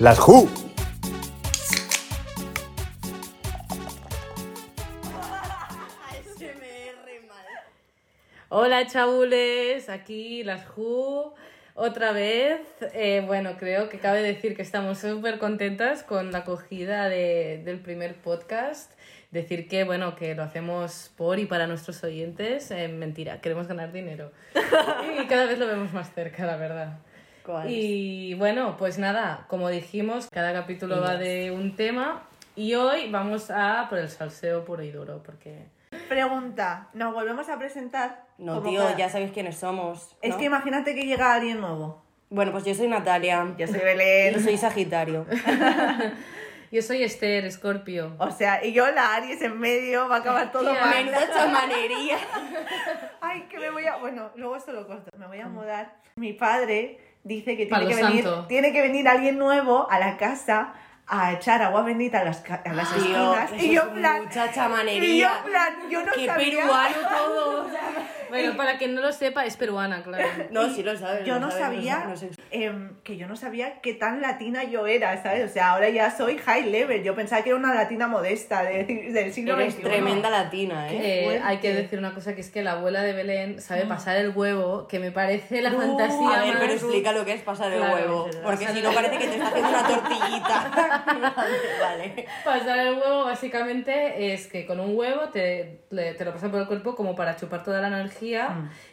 Las Who. Hola chabules, aquí las Who otra vez. Eh, bueno, creo que cabe decir que estamos súper contentas con la acogida de- del primer podcast. Decir que, bueno, que lo hacemos por y para nuestros oyentes. Eh, mentira, queremos ganar dinero. y cada vez lo vemos más cerca, la verdad. Y bueno, pues nada, como dijimos, cada capítulo va de un tema y hoy vamos a por el salseo puro y duro, porque... Pregunta, ¿nos volvemos a presentar? No, Como tío, cada- ya sabéis quiénes somos. Es ¿no? que imagínate que llega alguien nuevo. Bueno, pues yo soy Natalia. Yo soy Yo Belén. soy Sagitario. Yo soy Esther, Escorpio. O sea, y yo la Aries en medio, va a acabar todo Hostia. mal. Menuda chamanería. Ay, que me voy a... Bueno, luego esto lo corto. Me voy Mm. a mudar. Mi padre dice que tiene Palo que, venir, santo. tiene que venir alguien nuevo a la casa a echar agua bendita a las, ca- a las Tío, esquinas. eso Y yo es en plan... Mucha Y yo en chamanería. plan, yo no Qué sabía... peruano todo. Bueno, para quien no lo sepa, es peruana, claro. No, sí lo sabes. Yo lo no sabes, sabía no sé. em, que yo no sabía qué tan latina yo era, ¿sabes? O sea, ahora ya soy high level. Yo pensaba que era una latina modesta de- del siglo Eres XXI. tremenda latina, ¿eh? Eh, fuerte. Ah. hay que decir una cosa que es que la abuela de Belén sabe pasar el huevo, que me parece la No, fantasía A ver, más- pero explica lo que es pasar el Claro, huevo. es verdad. Porque Pasar si el no huevo. parece que te está haciendo una tortillita. vale. Pasar el huevo básicamente es que con un huevo te, le- te lo pasas por el cuerpo como para chupar toda la energía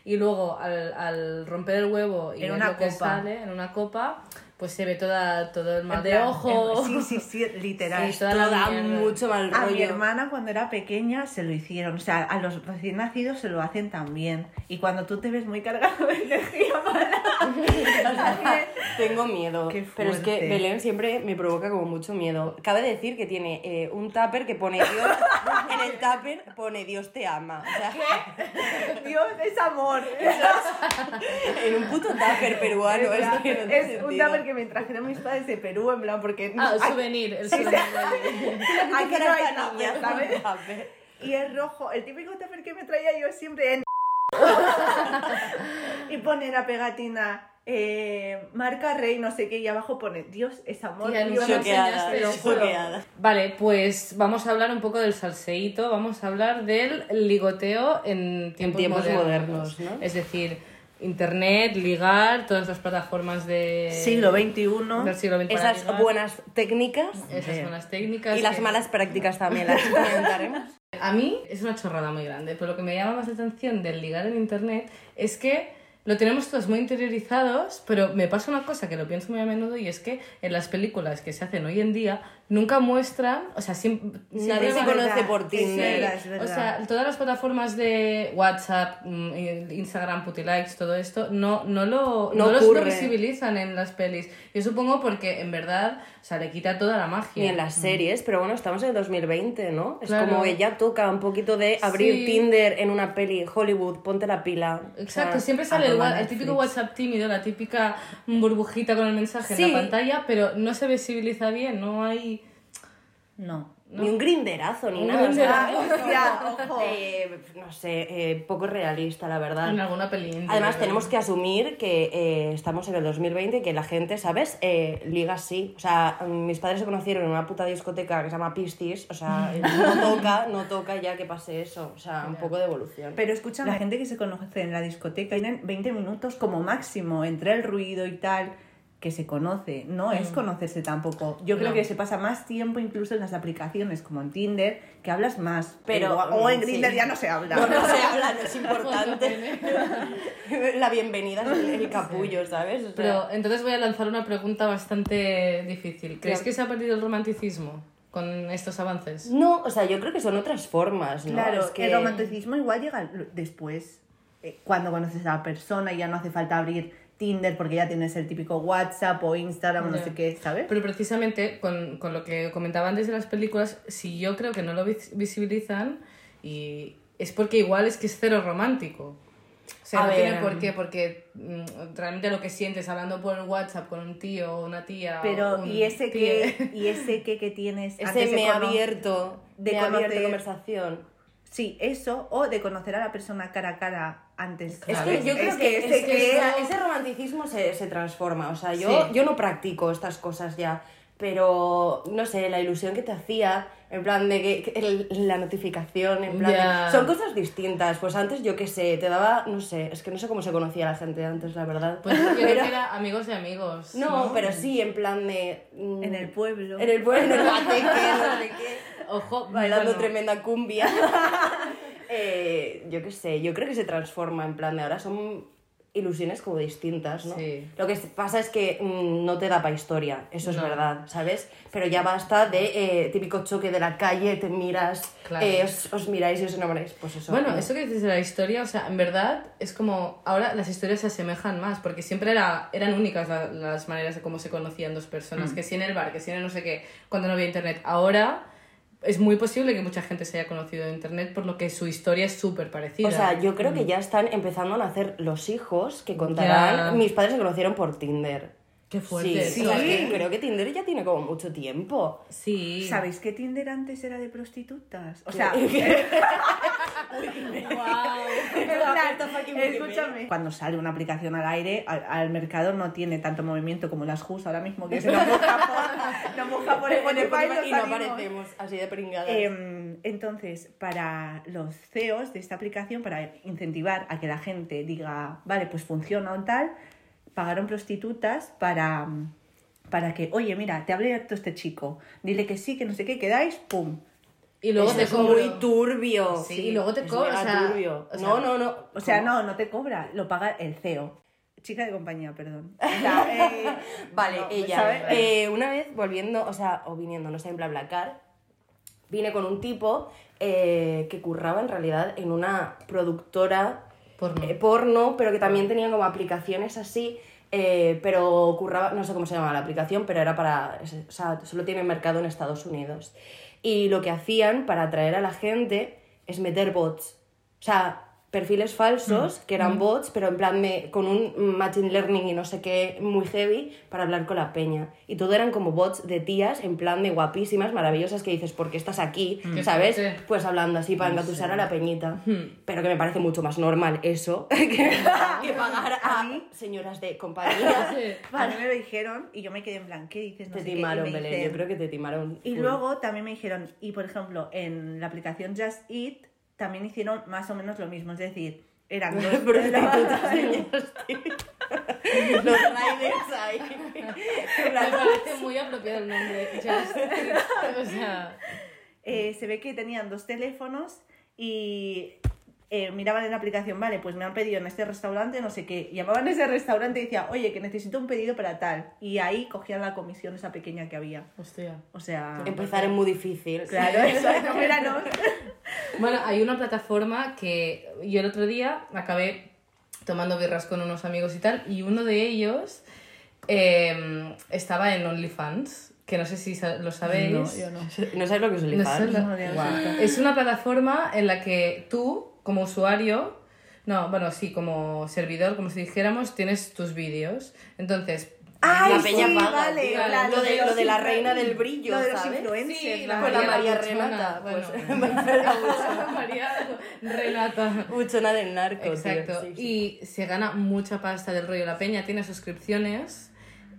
y luego al, al romper el huevo y Ah. En ver una lo que copa. sale en una copa, pues se ve toda, todo el En mar de plan, ojo. en- sí, sí, sí, literal. Sí, Toda Todo la da mierda. mucho mal A mi rollo. hermana cuando era pequeña se lo hicieron, o sea, a los recién nacidos se lo hacen también. Y cuando tú te ves muy cargado de energía mala, Tengo miedo. Qué Pero es que fuerte. Belén siempre me provoca como mucho miedo. Cabe decir que tiene eh, un tupper que pone Dios. en el tupper pone Dios te ama. O sea, Dios es amor. en un puto tupper peruano. O sea, es que no tiene es un sentido. tupper que me trajeron mis padres de Perú, en plan, porque Ah, el aquí- souvenir, el Sí, sí. souvenir. de- aquí no Cara hay esta niña, tupper, ¿sabes? tupper. Y es rojo, el típico tupper que me traía yo siempre en... y pone la pegatina... eh, marca rey, no sé qué, y abajo pone Dios es amor. Tía, Dios nunca me es Choqueada, amor". enseñaste, lo juro. choqueada. Vale, pues vamos a hablar un poco del salseíto, vamos a hablar del ligoteo en tiempos, tiempos modernos. modernos, ¿no? Es decir, internet, ligar, todas las plataformas de... Siglo XXI. del siglo XXI para Esas ligar. buenas técnicas Esas Sí. buenas técnicas. y las que- malas prácticas también las comentaremos. A mí es una chorrada muy grande, pero lo que me llama más la atención del ligar en internet es que lo tenemos todos muy interiorizados, pero me pasa una cosa que lo pienso muy a menudo y es que en las películas que se hacen hoy en día nunca muestran, o sea, siem- siempre Nadie se van- verdad, conoce por es Tinder. verdad, es O sea, todas las plataformas de WhatsApp, mm, in- Instagram, Putilikes, todo esto, no, no lo No no los- ocurre. lo visibilizan en las pelis. Yo supongo porque en verdad, o sea, le quita toda la magia. Ni en las series, pero bueno, estamos en el 2020, ¿no? Claro. Es como que ya toca un poquito de abrir Sí. Tinder en una peli, Hollywood, ponte la pila. Exacto, O sea, siempre sale el, arroba wa- el Netflix. típico WhatsApp tímido, la típica burbujita con el mensaje en Sí. la pantalla, pero no se visibiliza bien, no hay... No. Ni un grinderazo, ni Un nada. o sea, grinderazo. Ya, ojo. eh, no sé, eh, poco realista, la verdad. En alguna peli. Además, tenemos que asumir que eh, estamos en el 2020 y que la gente, ¿sabes? Eh, liga sí. O sea, mis padres se conocieron en una puta discoteca que se llama Pistis. O sea, no toca, no toca ya que pase eso. O sea, un poco de evolución. Pero escucha, la gente que se conoce en la discoteca tienen 20 minutos como máximo entre el ruido y tal que se conoce, no es conocerse tampoco. Yo creo No. que se pasa más tiempo incluso en las aplicaciones como en Tinder, que hablas más, Pero, o, o en sí. Grindr ya no se habla. No, no se habla, no es importante. La bienvenida es el, el capullo, ¿sabes? O sea, Pero entonces voy a lanzar una pregunta bastante difícil. ¿Crees Claro. que se ha perdido el romanticismo con estos avances? No, o sea, yo creo que son otras formas, ¿no? Claro, Es que... el romanticismo igual llega l- después, eh, cuando conoces a la persona y ya no hace falta abrir Tinder porque ya tienes el típico WhatsApp o Instagram o no Ya. sé qué, ¿sabes? Pero precisamente con, con lo que comentaba antes de las películas, si yo creo que no lo vis- visibilizan, y es porque igual es que es cero romántico. O sea, A no ver. tiene por qué, porque mm, realmente lo que sientes hablando por WhatsApp con un tío o una tía. o Pero un y ese pie- que y ese que que tienes Ese antes de me cono- abierto, de de me abierto conocer- conversación. Sí, eso, o de conocer a la persona cara a cara antes. Es A que ver, ¿sabes? yo Es creo que, se es que crea- esa- ese romanticismo se, se transforma. O sea, yo, Sí. yo no practico estas cosas ya. Pero, no sé, la ilusión que te hacía, en plan de que que el- la notificación, en plan... de- Ya. son cosas distintas. Pues antes, yo qué sé, te daba, no sé, es que no sé cómo se conocía la gente antes, la verdad. Pues yo creo Pero- que era amigos de amigos. no, pero sí, en plan de... mm, En el pueblo. En el pueblo, en el guateque, no sé qué. Ojo, bailando bueno, tremenda cumbia. Eh, yo qué sé, yo creo que se transforma en plan de ahora son ilusiones como distintas, ¿no? Sí. Lo que pasa es que mm, no te da para historia, eso es No. verdad, ¿sabes? Pero ya basta de eh, típico choque de la calle, te miras, Claro. eh, os, os miráis y os enamoráis, pues eso. Bueno, ¿no? eso que dices de la historia, o sea, en verdad es como ahora las historias se asemejan más, porque siempre era, eran únicas la- las maneras de cómo se conocían dos personas, Mm. que si en el bar, que si en el no sé qué, cuando no había internet. Ahora es muy posible que mucha gente se haya conocido en internet, por lo que su historia es súper parecida. O sea, yo creo que ya están empezando a nacer los hijos que contarán. Ya. Mis padres se conocieron por Tinder. Qué sí, fuerte. o sea, eso. que creo que Tinder ya tiene como mucho tiempo. Sí. ¿Sabéis que Tinder antes era de prostitutas? O sea, Guau. Pero, Pero claro, esto fue aquí muy escúchame. Cuando sale una aplicación al aire, al, al mercado no tiene tanto movimiento como las JUS ahora mismo, que se nos moja por, nos moja por Spotify, nos y no salimos. aparecemos así de pringadas. Em, entonces, para los CEOs de esta aplicación, para incentivar a que la gente diga, vale, pues funciona o tal, pagaron prostitutas para, para que, oye, mira, te hablé harto este chico, dile que sí, que no sé qué, quedáis, pum. Y luego Eso te es cobro. muy turbio. Sí, y luego te es cobro, mega o sea, turbio. o sea, no, no, no. O sea, no, no te cobra, lo paga el CEO. Chica de compañía, perdón. O sea, eh, Vale, no, ella. ¿sabes? Eh, una vez volviendo, o sea, o viniendo, no sé, en BlaBlaCar, vine con un tipo eh, que curraba en realidad en una productora Porno. eh, porno, pero que también tenía como aplicaciones así. eh, pero curraba, no sé cómo se llamaba la aplicación, pero era para. O sea, solo tiene mercado en Estados Unidos. Y lo que hacían para atraer a la gente es meter bots. O sea, perfiles falsos, que eran bots, pero en plan de- con un machine learning y no sé qué muy heavy para hablar con la peña. Y todo eran como bots de tías en plan de guapísimas, maravillosas, que dices, ¿por qué estás aquí? Qué ¿Sabes? fuerte. Pues hablando así para engatusar a la peñita. Hmm. Pero que me parece mucho más normal eso que, Ah. que pagar a señoras de compañía. Sí. A mí me lo dijeron y yo me quedé en plan, ¿qué dices? No Te sé qué, y timaron, me Belén. dicen- Yo creo que te timaron. Y full. luego también me dijeron, y por ejemplo, en la aplicación Just Eat también hicieron más o menos lo mismo, es decir, eran dos Prostitutas, señoras, tío. Los riders ahí. En Me plan, parece muy apropiado el nombre. Just Eat. O sea, Eh, se ve que tenían dos teléfonos y eh, miraban en la aplicación, vale, pues me han pedido en este restaurante, no sé qué. Llamaban a ese restaurante y decían, oye, que necesito un pedido para tal. Y ahí cogían la comisión esa pequeña que había. hostia. O sea, Empezar es muy difícil. claro, eso no era no. Bueno, hay una plataforma que yo el otro día acabé tomando birras con unos amigos y tal, y uno de ellos eh, estaba en OnlyFans, que no sé si sa- lo sabéis. No sabes lo que es el No sé IFAR. lo- No, Dios. Es una plataforma en la que tú, como usuario, no, bueno, sí, como servidor, como si dijéramos, tienes tus vídeos. Entonces, Ay, La peña sí, paga, vale, claro, claro, lo de- los lo de la influ- reina del brillo, lo de los ¿sabes? influencers, Sí, la la Con la María María Buchona, Renata. bueno. Pues María Buchona. María Renata. Buchona del narco, tío. Exacto. Sí, sí. Y se gana mucha pasta del rollo La Peña, tiene suscripciones.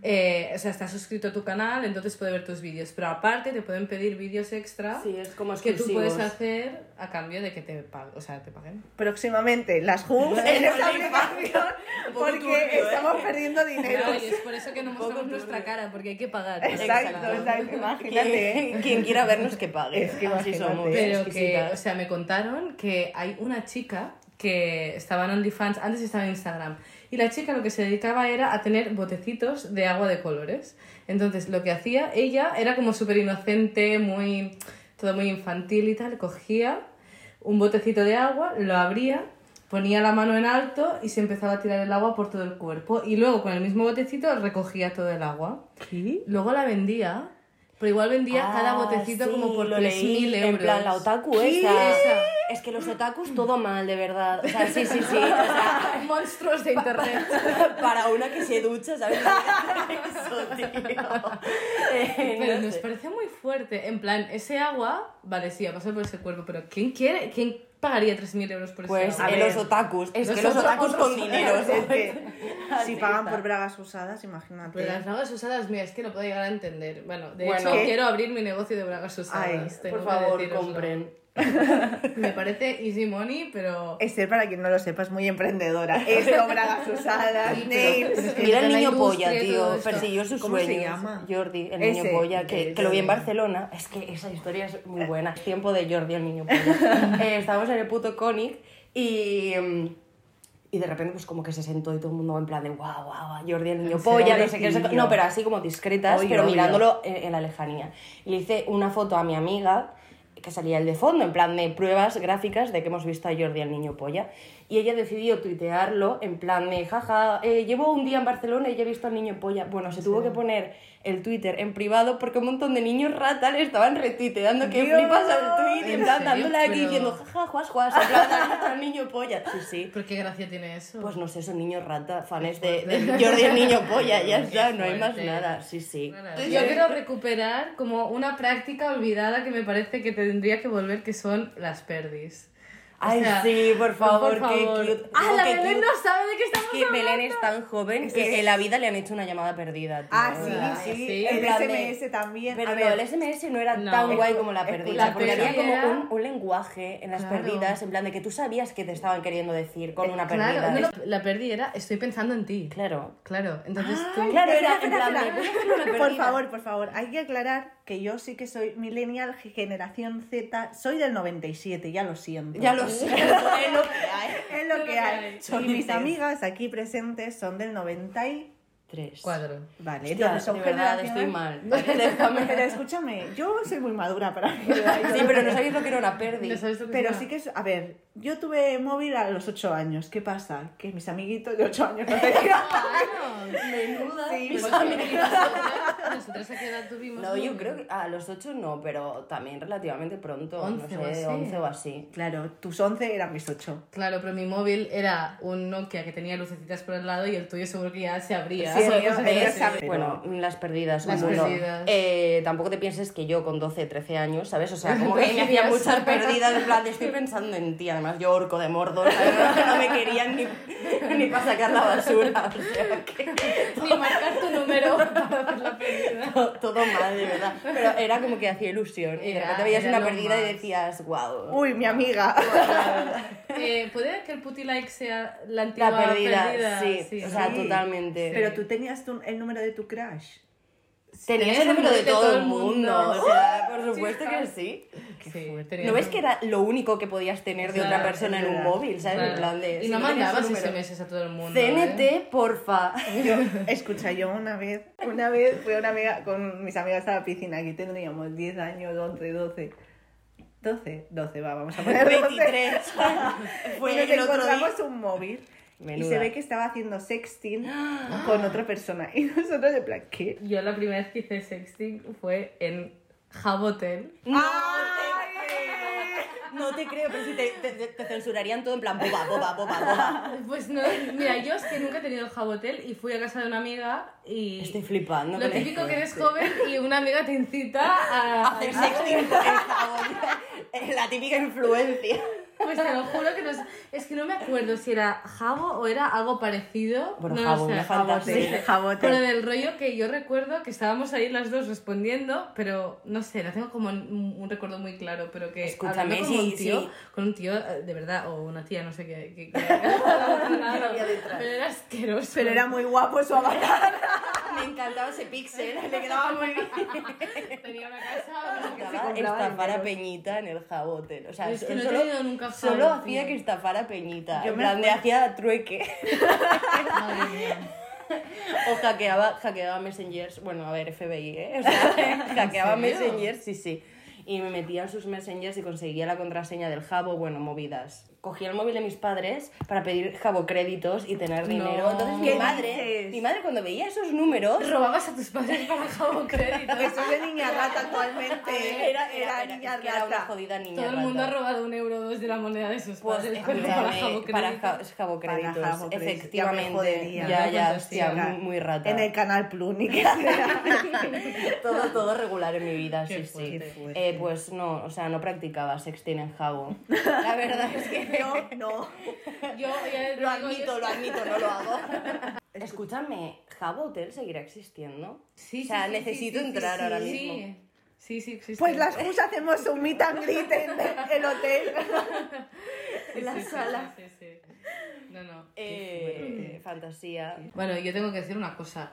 eh, o sea, está suscrito a tu canal, entonces puede ver tus vídeos. Pero aparte te pueden pedir vídeos extra Sí, es como que tú exclusivos. puedes hacer a cambio de que te, pa- o sea, te paguen. próximamente las Hoops en esa aplicación Un poco porque turbio, ¿eh? estamos perdiendo dinero. Claro, y es por eso que no mostramos nuestra cara, porque hay que pagar. para Exacto, verla. exacto, imagínate. ¿eh? Quien, quien quiera vernos que pague. Es que Así imagínate. somos. Pero que, exquisitas. o sea, me contaron que hay una chica que estaba en OnlyFans, antes estaba en Instagram, y la chica lo que se dedicaba era a tener botecitos de agua de colores. Entonces, lo que hacía ella era como súper inocente, muy, todo muy infantil y tal, cogía un botecito de agua, lo abría, ponía la mano en alto y se empezaba a tirar el agua por todo el cuerpo. Y luego con el mismo botecito recogía todo el agua. Luego la vendía, pero igual vendía Ah, cada botecito como por lo leí, 3.000 euros. En plan, la otaku ¿Qué? esa. Esa. Es que los otakus todo mal, de verdad. O sea, sí, sí, sí. O sea, Monstruos de internet. para una que se ducha, ¿sabes? Eso, tío. Eh, Pero no nos sé. parece muy fuerte. En plan, ese agua, vale, sí, ha pasado por ese cuerpo, pero ¿quién quiere? ¿Quién pagaría 3.000 euros por ese Pues agua? A eh, ver. los otakus. Es que los Nosotros- otakus con dinero. Es que si Así pagan está. por bragas usadas, imagínate. Pero las bragas usadas, mira, es que no puedo llegar a entender. Bueno, de ¿Eh? Bueno. hecho, ¿Qué? quiero abrir mi negocio de bragas usadas. Ay, tengo Por que favor, decíroslo. compren. Me parece easy money, pero... Esther, para quien no lo sepa, es muy emprendedora. Esto, bragas usadas, Sí, pero- nails. pero- Mira el la niño industria polla, y todo tío. esto. Persiguió sus ¿Cómo se sueños. llama? Jordi, el Ese, niño polla, que, que que lo vi en yo- Barcelona. Es que esa historia es muy buena. Tiempo de Jordi, el niño polla. Eh, estábamos en el puto Conic y. mm, Y de repente, pues como que se sentó y todo el mundo en plan de guau, guau, guau, Jordi el niño Sí, polla, no sé qué. no sé qué. pobrecillo. No, pero así como discretas, Obvio, pero obvio. mirándolo en, en la lejanía. Y le hice una foto a mi amiga que salía el de fondo, en plan de pruebas gráficas de que hemos visto a Jordi el niño polla. Y ella decidió tuitearlo en plan de jaja, eh, llevo un día en Barcelona y ya he visto al niño polla. Bueno, se tuvo que poner el Twitter en privado porque un montón de niños ratas le estaban retuiteando que Dios. flipas al tweet, en ¿En plan serio? dándole aquí Pero- diciendo jaja, juas, juas, en plan "Has visto al niño polla. Sí, sí. ¿Por qué gracia tiene eso? Pues no sé, son niños rata, fanes de, de Jordi el niño polla, ya Qué está, no hay más fuerte. nada, sí, sí. Yo quiero recuperar como una práctica olvidada que me parece que tendría que volver, que son las perdis. O Ay, sea, sí, por favor, qué favor. cute. Ah, No, la qué Belén cute. no sabe de qué estamos Es que hablando. Belén es tan joven que en la vida le han hecho una llamada perdida. tío. Ah, Ah, sí, sí. sí, en el plan de- SMS también. Pero A no, ver, el SMS no era No. tan guay como la perdida, la porque había perdida como era- un, un lenguaje en las Claro. Eh, perdidas, en plan de que tú sabías que te estaban queriendo decir con una perdida. Claro, no, no, la perdi era estoy pensando en ti. Claro. Claro, entonces tú... Ah, Claro, era en Espera, plan de, espera. voy a hacer una Por perdida. favor, por favor, hay que aclarar que yo sí que soy millennial, generación Z, soy del 97, ya lo siento. Ya lo sé, es lo que hay. Es lo que hay. Son Y mis tres. amigas aquí presentes son del 90 y... Tres. Cuadro. Vale, Hostia, entonces son de verdad, generaciones- estoy mal. Déjame. Pero escúchame, yo soy muy madura para mi edad, yo Sí, lo pero sé. no sabéis lo que era una pérdida. ¿No sabes lo que Pero será? sí que es, a ver, yo tuve móvil a los 8 años. ¿Qué pasa? Que mis amiguitos de 8 años no tenían. Ah, no. Menuda. Sí, Pues que nosotras- Nosotras a qué edad tuvimos... No, yo creo que a los 8 no, pero también relativamente pronto, Once no sé, o así. 11 o así. Claro, tus 11 eran mis 8. Claro, pero mi móvil era un Nokia que tenía lucecitas por el lado y el tuyo seguro que ya se abría. Sí, Eso- el mío- eso- el mío eso- se abre. Pero- Bueno, las perdidas. Las Manolo. perdidas. Eh, tampoco te pienses que yo con 12, 13 años, ¿sabes? O sea, como que me hacía Perdidas. muchas perdidas, en plan, de, estoy pensando en ti. Además, yo orco de mordo, ¿sabes? No me querían ni, ni para sacar la basura. O sea, que... ni marcar tu número para hacer la pérdida. Todo mal, de verdad. Pero era como que hacía ilusión. Y de Era- repente veías era una lo perdida más. y decías, wow. Uy, mi amiga. Eh, ¿Puede que el putilike sea la antigua La perdida, sí, O ¿no? sea, totalmente. Pero tú tenías tu- el número de tu crush. Tenías el número de todo el mundo. O sea, por supuesto que sí. Sí, tenía ¿No ves todo. que era lo único que podías tener de otra Claro, persona en es un verdad, móvil, ¿sabes? Claro. En plan de. Y si no tenías mandabas un número. SMS a todo el mundo. ¿eh? CNT, porfa. Yo, escucha, yo una vez, una vez fui a una amiga con mis amigas a la piscina, que tendríamos 10 años, 11, 12. 12, 12, va, vamos a poner 12. 23. y Fue nos el otro día. encontramos un móvil y Menuda. se ve que estaba haciendo sexting con otra persona. Y nosotros de plan, ¿qué? Yo la primera vez que hice sexting fue en Jabotel. No, te- no te creo, pero si te, te- te- te censurarían todo en plan boba, boba, boba, boba. Pues no, mira, yo es que nunca he tenido el Jabotel y fui a casa de una amiga y... Estoy flipando. Lo con típico esto. que eres joven y una amiga te incita a... Hacer sexting por favor. Es la típica influencia. Pues te lo juro que no... sé- Es que no me acuerdo si era Jabo o era algo parecido. Bueno, no lo Jabo, sé. una fantasía. Jabotel. Pero del rollo que yo recuerdo que estábamos ahí las dos respondiendo, pero no sé, la tengo como un, un recuerdo muy claro, pero que Escúchame, hablando con sí, un tío, sí. con un tío eh, de verdad o una tía, no sé qué, qué- qué- pero era asqueroso. Pero era muy guapo su avatar. Me encantaba ese pixel, le quedaba muy bien. tenía una casa. una casa. Estaba Estafar a Peñita en el jabote. O sea, Es que no he solo, tenido nunca solo jabot, hacía tío. que estafara a Peñita. Yo en me plan, de acuerdo- hacía trueque. Madre mía. O hackeaba, hackeaba Messengers. Bueno, a ver, FBI, ¿eh? O sea, serio? hackeaba Messengers, sí, sí. y me metía en sus messengers y conseguía la contraseña del jabo, bueno, movidas. Cogía el móvil de mis padres para pedir jabo créditos y tener dinero. Entonces mi ¿Qué madre, dices? mi madre cuando veía esos números Robabas a tus padres para jabón crédito. Eso es de niña rata ¿eh? actualmente. era, era, era, niña es que era una rata. jodida niña Todo el mundo ha rata. robado un euro o dos de la moneda de sus Pues padres pero para escúchame, jabón para crédito. ja- es jabo Para créditos, jabo crédito, ya me efectivamente. Ya, jodería. Ya ya, me cuentas, hostia, chica. muy, muy rata. En el canal Plus, ni que sea. todo, todo regular en mi vida, Qué sí, sí. fuerte. Qué fuerte. Eh, pues no, o sea, no practicaba sexting en jabo. La verdad es que No, no. Yo ya Lo digo, yo- admito, lo admito, no lo hago. Escúchame, ¿Jabo Hotel seguirá existiendo? Sí, O sea, sí, sí, necesito sí, sí, entrar sí, ahora sí. mismo. Sí, sí, existe. Pues las us hacemos un meet and greet en el hotel. en la sala. Sí, sí, No, no. Eh, fantasía. Bueno, yo tengo que decir una cosa.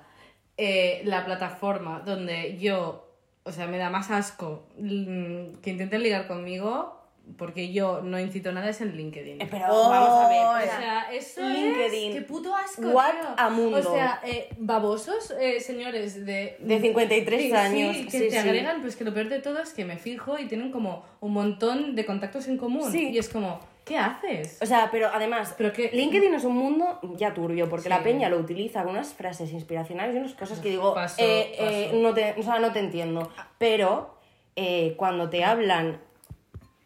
Eh, la plataforma donde yo, o sea, me da más asco mm, que intenten ligar conmigo, porque yo no incito nada, es en LinkedIn. Eh, Pero Oh, vamos a ver. O o sea, sea, eso LinkedIn. es... ¡Qué puto asco, What tío! a mundo. O sea, eh, babosos, eh, señores de... De 53 Sí, sí, años. que sí, te sí. agregan, pues que lo peor de todo es que me fijo y tienen como un montón de contactos en común. Sí. Y es como, ¿qué haces? O sea, pero además, Pero que- LinkedIn es un mundo ya turbio, porque Sí. la peña lo utiliza con unas frases inspiracionales y unas cosas que digo, Paso, eh, eh, paso. Ah. no, te, o sea, no te entiendo. Pero eh, cuando te hablan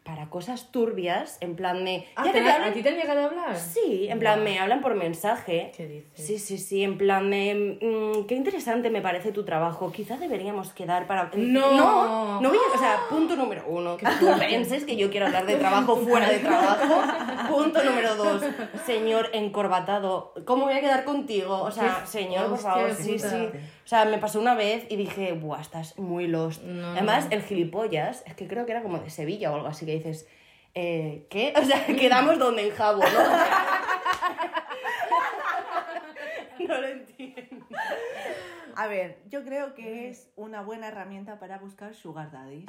para cosas turbias, en plan de... Ah, ya ¿te que te han- hablan- ¿A ti te han llegado a hablar? Sí, en plan, me hablan por mensaje. ¿Qué dices? Sí, sí, sí, en plan, me, mm, qué interesante me parece tu trabajo. Quizá deberíamos quedar para... No. No, no voy a- O sea, punto número uno, que tú penses que yo quiero hablar de trabajo fuera de trabajo. Punto número dos, señor encorbatado, ¿cómo voy a quedar contigo? O sea, Qué señor, por hostia favor, de sí, puta. sí. O sea, me pasó una vez y dije, buah, estás muy lost. No, Además, el gilipollas, es que creo que era como de Sevilla o algo así, que dices, eh, ¿qué? O sea, quedamos donde en Jabo, ¿no? no lo entiendo. A ver, yo creo que es una buena herramienta para buscar sugar daddies.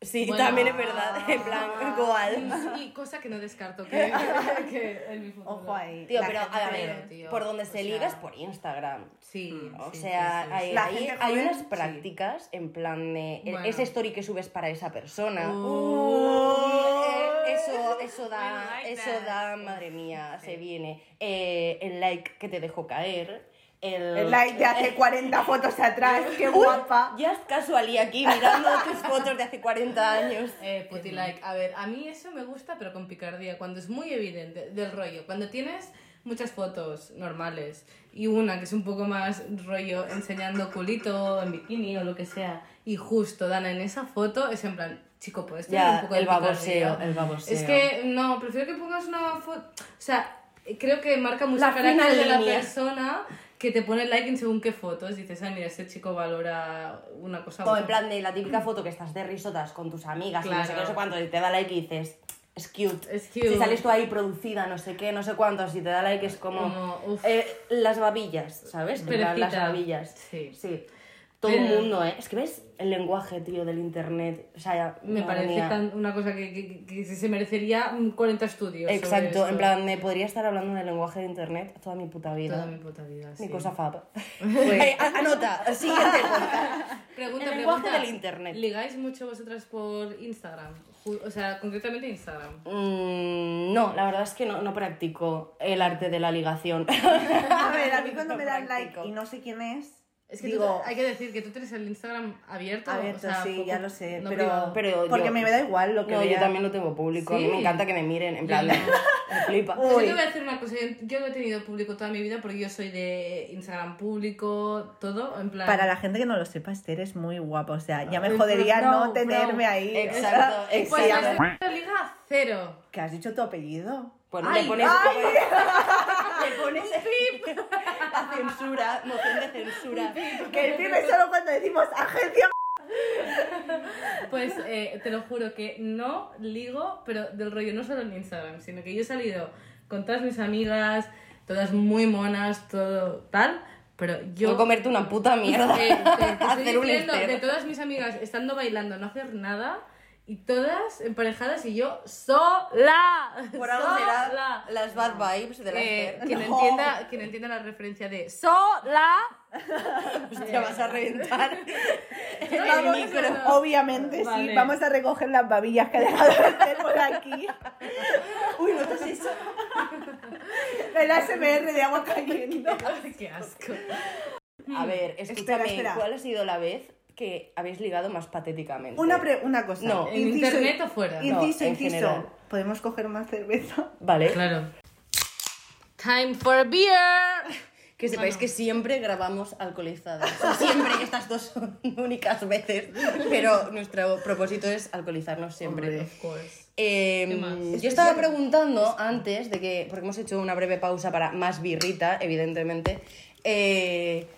Sí, Bueno. Ah. también es verdad, en plan, igual. Y cosa que no descarto que, que en mi futuro. Ojo ahí. Tío, La pero gente- a ver, tío, por donde o se sea- liga es por Instagram. Sí. O sí, sea, sí, sí, hay, sí. La hay- gente hay joven, unas sí. prácticas en plan de e-, Bueno. ese story que subes para esa persona. Uh. Oh. Eh, eso, eso da, I like eso that. da, madre mía, se viene. Eh, el like que te dejo caer. El, El like de hace 40 fotos atrás, qué guapa. Ya es casualía aquí mirando tus fotos de hace 40 años. Eh, putty like. A ver, a mí eso me gusta, pero con picardía, cuando es muy evidente, del rollo. Cuando tienes muchas fotos normales y una que es un poco más rollo enseñando culito en bikini o lo que sea, y justo dan en esa foto, es en plan, chico, puedes tener Ya, un poco de el baboseo, picardía? el baboseo. Es que no, prefiero que pongas una foto. O sea, creo que marca mucho La el carácter fina de la línea. persona que te pone like en según qué fotos. Dices, ah, mira, este chico valora una cosa. O buena". Pues en plan de la típica foto que estás de risotas con tus amigas y no sé qué, Claro. no sé cuánto, y te da like y dices, es cute. Es cute. Si sales tú ahí producida, no sé qué, no sé cuánto, si te da like es como... Como, uf. eh, las babillas, ¿sabes? En plan, Las Perecita. babillas. Sí. Todo el Pero- mundo, ¿eh? Es que ves el lenguaje, tío, del internet. O sea, ya- Me madre parece mía. tan una cosa que, que- que se merecería 40 estudios. sobre Exacto, esto. en plan, me podría estar hablando del lenguaje de internet toda mi puta vida. Toda mi puta vida. Mi sí. Pues, cosa fab. Eh, a- anota, siguiente podcast. Pregunta, El lenguaje pregunta. del internet. ¿Ligáis mucho vosotras por Instagram? Ju- O sea, concretamente Instagram. Mm, no, la verdad es que no, no practico el arte de la ligación. A ver, a mí cuando me dan like Práctico. y no sé quién es, Es que digo, tú- hay que decir que tú tienes el Instagram abierto. abierto, o sea, sí, poco- ya lo sé, no pero, privado. Pero yo- porque me da igual lo que no, vea. yo también lo tengo público. A mí Sí. me encanta que me miren, en plan, Yo me flipa. Pues Uy. yo te voy a decir una cosa, yo, yo no he tenido público toda mi vida porque yo soy de Instagram público, todo, en plan... Para la gente que no lo sepa, Esther es muy guapa, o sea, ya me Eh, jodería bro, no, bro. tenerme ahí. pues Exacto, o sea, exacto. Pues sí, la a ver, segunda liga, cero. ¿Que has dicho tu apellido? Pues Ay, le pones, ay. le pones la censura, moción de censura. Que vive solo cuando decimos agencia. Pues eh, te lo juro que no ligo, pero del rollo no solo en Instagram, sino que yo he salido con todas mis amigas, todas muy monas, todo tal, pero Yo yo... comerte una puta mierda. Eh, te- te estoy Hacer un diciendo, de Esther. todas mis amigas estando bailando, no hacer nada Y todas emparejadas y yo sola. Por algo será sola. las bad vibes de la Eh, Esther. quien, No. entienda, quien entienda la referencia de sola. Hostia, vas a reventar. Vamos, el micro. Obviamente, Vale. sí. Vamos a recoger las babillas que ha dejado Esther por aquí. Uy, no te has hecho. El ASMR de agua cayendo. Qué asco. A ver, escúchame, espera. ¿cuál ha sido la vez que habéis ligado más patéticamente? Una, pre- una cosa. No. ¿En internet o fuera? No, Inciso, en inciso. general. ¿Podemos coger más cerveza? Vale. Claro. Time for beer. Que sepáis que siempre grabamos alcoholizadas. O sea, siempre, estas dos son únicas veces. Pero nuestro propósito es alcoholizarnos siempre. Of course. Eh, ¿Qué más? yo estaba preguntando antes de que, porque hemos hecho una breve pausa para más birrita, evidentemente, eh,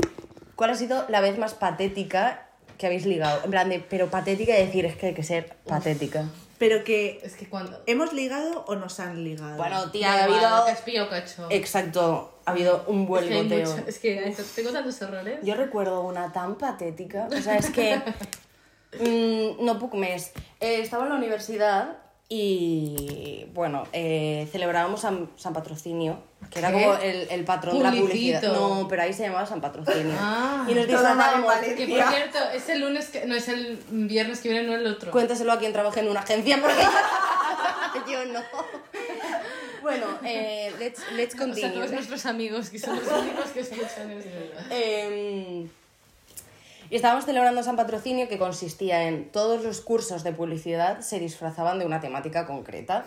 ¿cuál ha sido la vez más patética que habéis ligado? En plan de, pero patética de decir, es que hay que ser patética. Pero que Es que cuando. Eh, hemos ligado o nos han ligado. Bueno, tía, Ya ha habido... Te has pillado, cacho. Eh, Exacto, ha habido un buen es que, hay goteo. mucho- es que hay- tengo tantos errores. Yo recuerdo una tan patética, o sea, es que mm, no puc més. Eh, estaba en la universidad y, bueno, eh, celebrábamos San, San Patrocinio, que era ¿Qué? como el, el patrón de la publicidad. Publicito. No, pero ahí se llamaba San Patrocinio. Ah. y nos Todo mal en disfrazábamos. Valencia. Que por cierto, es el lunes que. No, es el viernes que viene, no el otro. Cuéntaselo a quien trabaja en una agencia, porque yo no. Bueno, eh, let's, let's o sea, continue. todos nuestros amigos que son los únicos que escuchan esto. Eh, y estábamos celebrando San Patrocinio que consistía en todos los cursos de publicidad se disfrazaban de una temática concreta.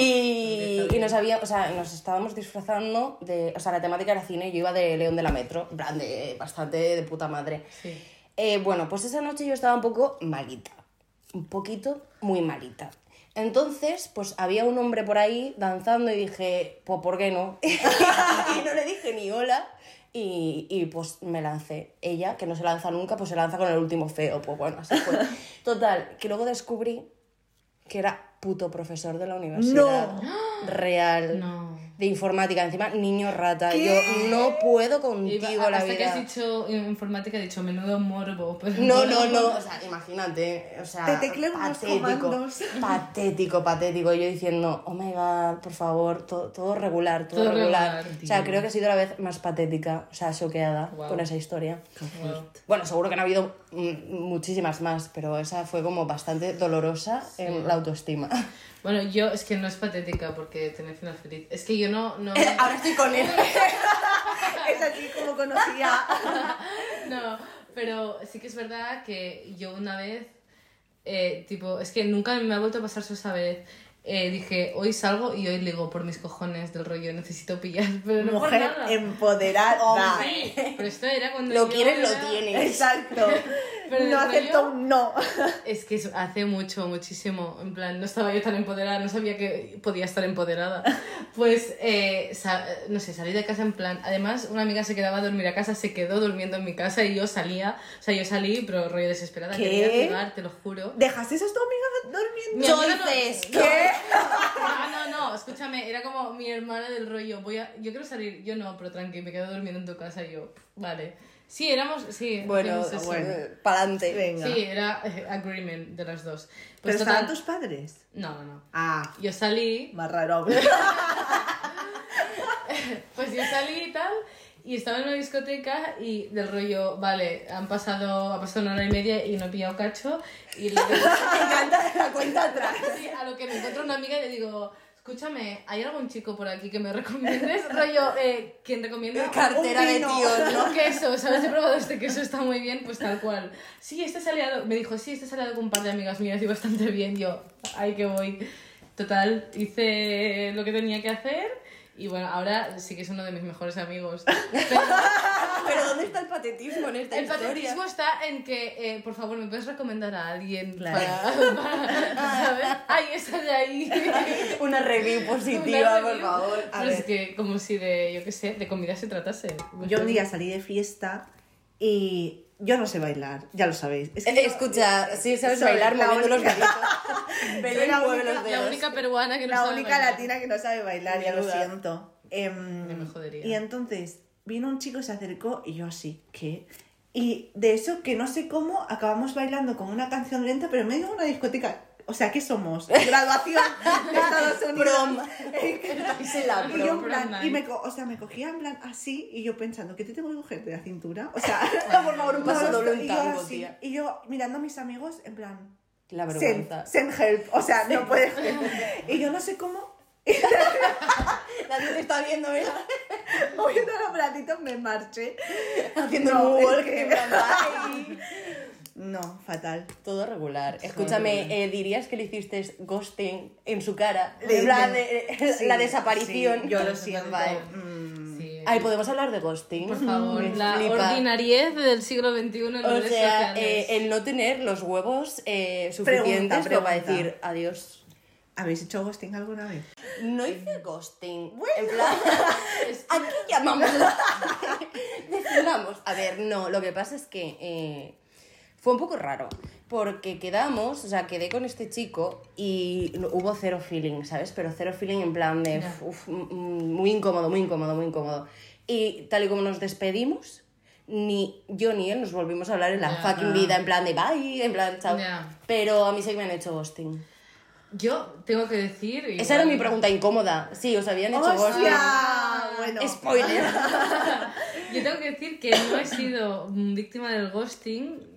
y, y nos, había, o sea, nos estábamos disfrazando de... O sea, la temática era cine y yo iba de León de la Metro, en plan de bastante de puta madre. Sí. Eh, bueno, pues esa noche yo estaba un poco malita. Un poquito muy malita. Entonces, pues había un hombre por ahí danzando y dije, pues ¿por qué no? y no le dije ni hola. Y, y, pues me lancé. Ella, que no se lanza nunca, pues se lanza con el último feo. Pues bueno, así fue. Total, que luego descubrí que era puto profesor de la universidad. Real. No. De informática. Encima, niño rata. Yo no puedo Iba- contigo la hasta vida. que has dicho en informática, he dicho menudo morbo. pero- No, no, no. O sea, imagínate. O sea, Te tecleo unos comandos. Patético, patético. Y Yo diciendo, oh my god, por favor, to- todo regular, todo, Todo regular. regular, O sea, tío. creo que he sido la vez más patética, o sea, choqueada Guau. con esa historia. Wow. Bueno, seguro que han habido mm, muchísimas más, pero esa fue como bastante dolorosa en la autoestima. Bueno, yo es que no es patética porque tiene final feliz. Es que yo no. No, Ahora estoy con él. Es así como conocía. no, pero sí que es verdad que yo una vez, eh, tipo, es que nunca me ha vuelto a pasar eso esa vez. Eh, dije, hoy salgo y hoy ligo por mis cojones del rollo, necesito pillar, pero no por Mujer nada. empoderada. Sí, pero esto era cuando. Lo yo quieres, lo era- tienes. Exacto. Pero no del acepto rollo- un no. Es que es- hace mucho, muchísimo. En plan, no estaba yo tan empoderada, no sabía que podía estar empoderada. Pues, eh, sa- no sé, salí de casa en plan. Además, una amiga se quedaba a dormir a casa, se quedó durmiendo en mi casa y yo salía. O sea, yo salí, pero rollo desesperada. ¿Qué? Quería llegar, te lo juro. ¿Dejaste a tu amiga durmiendo? Mi amiga no- Entonces, no, ¿qué? No, Ah, no, no, escúchame, era como mi hermana del rollo. Voy a, yo quiero salir, yo no, pero tranqui, me quedo durmiendo en tu casa y yo. Vale. Sí, éramos, sí. Bueno, fuimos eso. para adelante. Venga. Sí, era eh, agreement de las dos. ¿Pero Pues estaban total- tus padres? No, no, no. Ah, Yo salí, más raro aún. pues yo salí y tal, y estaba en una discoteca y del rollo, vale, han pasado, ha pasado una hora y media y no he pillado cacho. Y lo que- Me encanta la cuenta atrás. sí, a lo que me encuentro una amiga y le digo, escúchame, ¿hay algún chico por aquí que me recomiendes? rollo, eh, ¿quién recomienda? Cartera Un de vino. tíos, ¿no? Un queso, ¿sabes? He probado este queso, está muy bien, pues tal cual. Sí, este sale a- me dijo, sí, este sale a- con un par de amigas mías y bastante bien. Yo, ay, que voy. Total, hice lo que tenía que hacer y bueno, ahora sí que es uno de mis mejores amigos. Pero Pero ¿dónde está el patetismo en esta el historia? patriotismo está en que, eh, por favor, ¿me puedes recomendar a alguien Claro. para, para- ¿sabes? Ay, esa de ahí. Una review Una positiva, review. por Pues favor. A Pero es ver. que como si de, yo qué sé, de comida se tratase. Yo un día salí de fiesta y yo no sé bailar, ya lo sabéis. Es Eh, Escucha, sí sabes Soy bailar la moviendo los única- deditos. Soy Belén la mueve única- los La dedos. única peruana que no la sabe única bailar. latina que no sabe bailar, ya lo Menuda. siento. Em, Ya me jodería. Y entonces vino un chico, se acercó y yo así, ¿qué? Y de eso que no sé cómo acabamos bailando con una canción lenta, pero en medio de una discoteca O sea, ¿qué somos? Graduación de Estados Unidos. Prom. la Y yo en Prom, plan, prom y me, night. co- o sea, me cogía en plan así y yo pensando, ¿qué te tengo que coger de la cintura? O sea, por favor, un no lo paso doble, estoy- un y yo tango, así, tía. Y yo mirando a mis amigos en plan, La send, vergüenza. send help, o sea, no puedes. Y yo no sé cómo, Nadie te está viendo, mira. moviendo los bracitos me marché. Haciendo No, un es walk. que- en plan, bye. No, fatal. Todo regular. Escúchame, eh, ¿dirías que le hiciste ghosting en su cara? Le- En plan de- sí, la desaparición. sí, yo lo siento. Vale. Mm. Sí. Ay, ¿podemos hablar de ghosting? Por favor, Me la flipa. ordinariez del siglo XXI en O redes sea, sociales. eh, el no tener los huevos eh, Pregunta, suficientes como para pregunta. decir adiós. ¿Habéis hecho ghosting alguna vez? No hice ghosting. En plan, aquí llamamos. Definamos. A ver, no, lo que pasa es que eh, fue un poco raro. Porque quedamos, o sea, quedé con este chico y no- hubo cero feeling, ¿sabes? Pero cero feeling en plan de. Ya. uf, mm, mm, muy incómodo, muy incómodo, muy incómodo. Y tal y como nos despedimos, ni yo ni él nos volvimos a hablar en la Ya. fucking vida, en plan de bye, en plan chao. Ya. Pero a mí sí que me han hecho ghosting. Yo tengo que decir... Esa igual- era mi pregunta incómoda. Sí, os habían hecho ghosting. ¡Hostia! Bueno. Spoiler. Yo tengo que decir que no he sido mm, víctima del ghosting.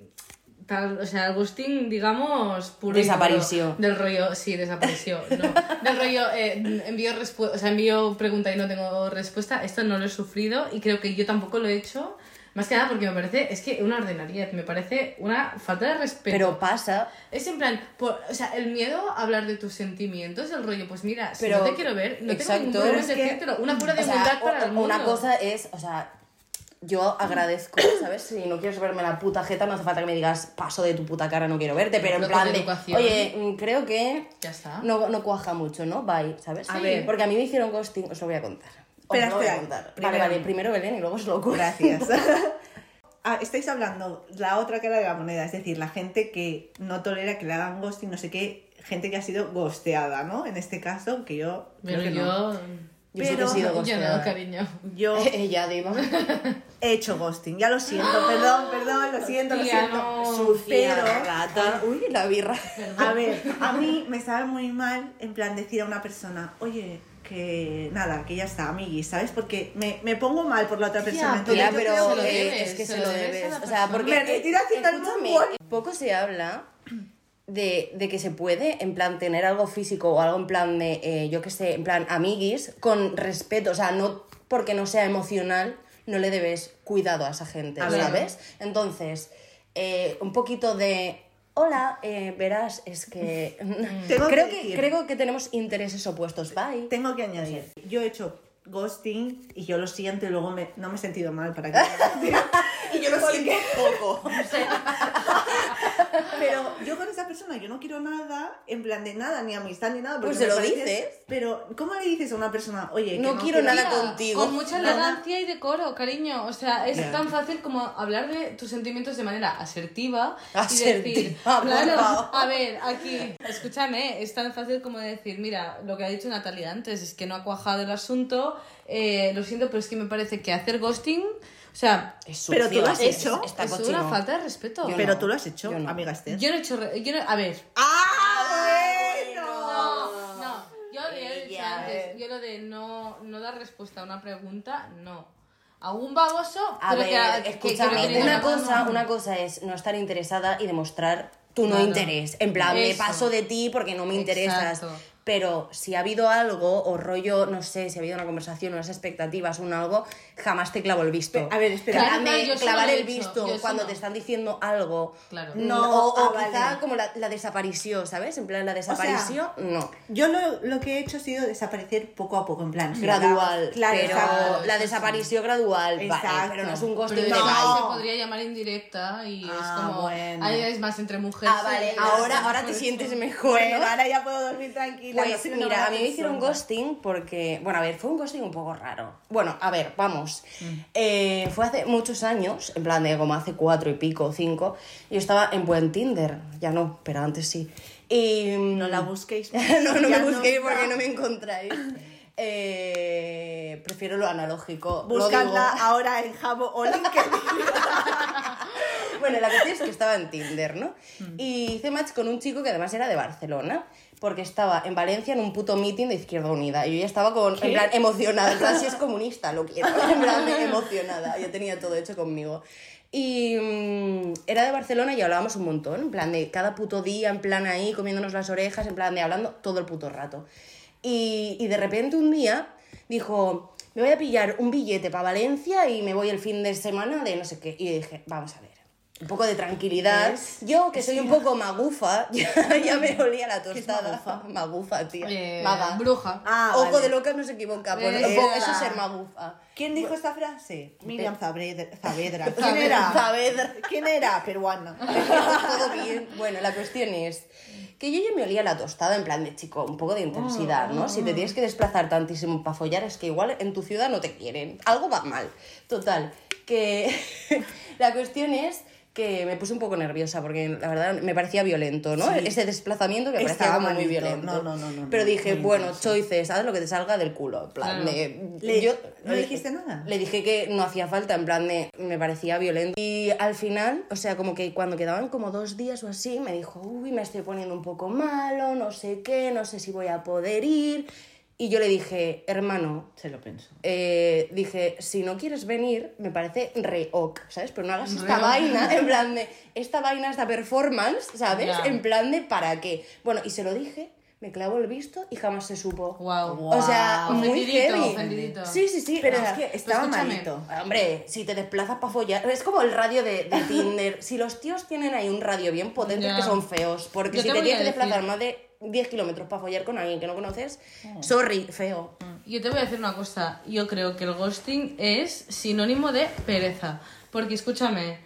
Tal, o sea, el ghosting, digamos, puro. y duro. Desaparición. Del rollo, sí, desaparición. No. Del rollo, eh, envío, respu- o sea, envío pregunta y no tengo respuesta. Esto no lo he sufrido y creo que yo tampoco lo he hecho. Más que nada porque me parece, es que una ordinariedad, me parece una falta de respeto. Pero pasa. Es en plan, por- o sea, el miedo a hablar de tus sentimientos, el rollo, pues mira, si Pero- no te quiero ver, no tengo ningún exacto. problema en Pero es que- decírtelo. Una pura de o sea, humildad o- para el mundo. Una cosa es, o sea, yo agradezco, ¿sabes? Si no quieres verme la puta jeta, no hace falta que me digas paso de tu puta cara, no quiero verte, pero en Lo que plan es de, educación. oye, mm, creo que Ya está. no, no cuaja mucho, ¿no? Bye, ¿sabes? A ver. Porque a mí me hicieron ghosting, os lo voy a contar. Os Espera, lo voy a espera. contar. Vale, Primero. vale, primero Belén y luego os lo cuento. Gracias. Ah, estáis hablando la otra cara de la moneda, es decir, la gente que no tolera que le hagan ghosting, no sé qué, gente que ha sido ghosteada, ¿no? En este caso, que yo. creo Pero que yo. no. Yo sí que he Pero- sido Yo no, ghosteada. cariño. Yo Eh, Ella, Diva. he hecho ghosting, ya lo siento, perdón, perdón, lo siento, lo Tía, siento. Ah, no, Pero- rata. Uy, la birra. A ver, a mí me sabe muy mal en plan decir a una persona, oye, que nada, que ya está, amiguis, ¿sabes? Porque me, me pongo mal por la otra persona. entonces Tía, yo pero creo se lo que- eh, debes, es que se se lo lo debes a la debes. O sea, persona. porque Me retiro eh, haciendo el escúchame, moonwalk. poco se habla de, de que se puede, en plan, tener algo físico o algo en plan de, eh, yo qué sé, en plan, amiguis, con respeto. O sea, no porque no sea emocional, no le debes cuidado a esa gente, A ver. ¿sabes? Entonces, eh, un poquito de. Hola, eh, verás, es que. Tengo creo, que que decir- creo que tenemos intereses opuestos. Bye. Tengo que añadir, yo he hecho ghosting y yo lo siento y luego me- no me he sentido mal para que Y yo lo siento poco. Pero yo con esa persona yo no quiero nada, en plan de nada, ni amistad ni nada. porque Pues se me lo parece- dices. Pero, ¿cómo le dices a una persona, oye, que No no, quiero nada Mira, contigo. Con mucha Nada. elegancia y decoro, cariño. O sea, es Ya. tan fácil como hablar de tus sentimientos de manera asertiva. Y decir, Asertiva, por claro, favor. a ver, aquí, escúchame, es tan fácil como decir, mira, lo que ha dicho Natalia antes es que no ha cuajado el asunto. eh, lo siento, pero es que me parece que hacer ghosting, o sea, Es sucio, Pero ¿eh? tú lo has es- hecho. está es cochino. una falta de respeto. Yo Pero no, tú lo has hecho, yo no. amiga Esther. Yo no he hecho. re- yo no- a ver. ¡Ah, No, no. Yo lo he dicho Ella, antes. Yo lo de no, no dar respuesta a una pregunta, no. A un baboso, A pero ver, que, escúchame, que- que- una, que- cosa, no. una cosa es no estar interesada y demostrar tu no Claro. interés. En plan, me Eso. paso de ti porque no me interesas. Exacto. Pero si ha habido algo, o rollo, no sé, si ha habido una conversación, unas expectativas, un algo, jamás te clavo el visto. A ver, espera. Claro, Claro, yo de eso clavar no lo el he hecho, visto yo eso cuando no. te están diciendo algo. Claro. No, No, o, o ah, quizá vale. como la, la desaparición, ¿sabes? En plan, la desaparición, no. Yo lo, lo que he hecho ha sido desaparecer poco a poco, en plan. si Gradual, hablaba- Claro, pero exacto. la desaparición gradual, vale, Exacto. pero no es un Pero ghosting de eso bye. se podría llamar indirecta y Ah, es como. bueno. Ahí es más entre mujeres. Ah, vale, y- ahora, ahora te sientes mejor, Bueno, ¿no? ahora ya puedo dormir tranquila. no Pues soy una mira, mala a mí me hicieron persona. ghosting porque, bueno, a ver, fue un ghosting un poco raro. Bueno, a ver, vamos. Mm. Eh, fue hace muchos años, en plan de como hace cuatro y pico, cinco. Yo estaba en buen Tinder, ya no, pero antes sí. Y mm, No la busquéis. no, no Ya me busquéis nunca. porque no me encontráis. eh, prefiero lo analógico. lo Buscadla digo. ahora en Jabo o LinkedIn. Bueno, la cuestión es que estaba en Tinder, ¿no? Y hice match con un chico que además era de Barcelona, porque estaba en Valencia en un puto meeting de Izquierda Unida. Y yo ya estaba con, en plan, emocionada. En plan, si es comunista, lo quiero. En plan, emocionada. Ya tenía todo hecho conmigo. Y mm, era de Barcelona y hablábamos un montón, en plan de cada puto día, en plan ahí, comiéndonos las orejas, en plan de hablando todo el puto rato. Y, y de repente un día dijo, me voy a pillar un billete para Valencia y me voy el fin de semana de no sé qué. Y dije, vamos a ver, un poco de tranquilidad. Yo, que soy un poco magufa, ya, ya me olía la tostada. Magufa, tía. Eh, Maga. bruja. Ah, Ojo vale. de loca no se equivoca. pues, Eh, po- era. eso es ser magufa. ¿Quién dijo esta frase? Miriam Zavedra. Zavedra. ¿Quién Zavedra. era? Saavedra. ¿Quién era? Peruana. todo bien. Bueno, la cuestión es que yo ya me olía la tostada en plan de chico, un poco de intensidad, ¿no? Si te tienes que desplazar tantísimo para follar, es que igual en tu ciudad no te quieren. Algo va mal. Total, que la cuestión es que me puse un poco nerviosa porque la verdad me parecía violento, ¿no? Ese desplazamiento me parecía Estaba como muy malito. violento. Este No, no, no, no, Pero no, dije, muy bueno, choices, haz lo que te salga del culo. En plan, Claro. de- Le- ¿no le dijiste nada? le dije que no hacía falta, en plan de, me parecía violento. Y al final, o sea, como que cuando quedaban como dos días o así, me dijo, uy, me estoy poniendo un poco malo, no sé qué, no sé si voy a poder ir. Y yo le dije, hermano, Se lo pensó. eh, dije, si no quieres venir, me parece re ok, ¿sabes? Pero no hagas esta Re ok. vaina, en plan de, esta vaina, esta performance, ¿sabes? Ya. En plan de, ¿para qué? Bueno, y se lo dije, me clavó el visto y jamás se supo. Guau. O sea, Guau. muy Ofendidito, heavy. ofendidito. Sí, sí, sí. Pero o sea, es que estaba escúchame. malito. Hombre, si te desplazas para follar. Es como el radio de, de Tinder. Si los tíos tienen ahí un radio bien potente, es Ya. que son feos. Porque Yo si te te, voy tienes a que decir- Mm. desplazar más de 10 kilómetros para follar con alguien que no conoces, sorry, feo. Yo te voy a decir una cosa. Yo creo que el ghosting es sinónimo de pereza. Porque escúchame,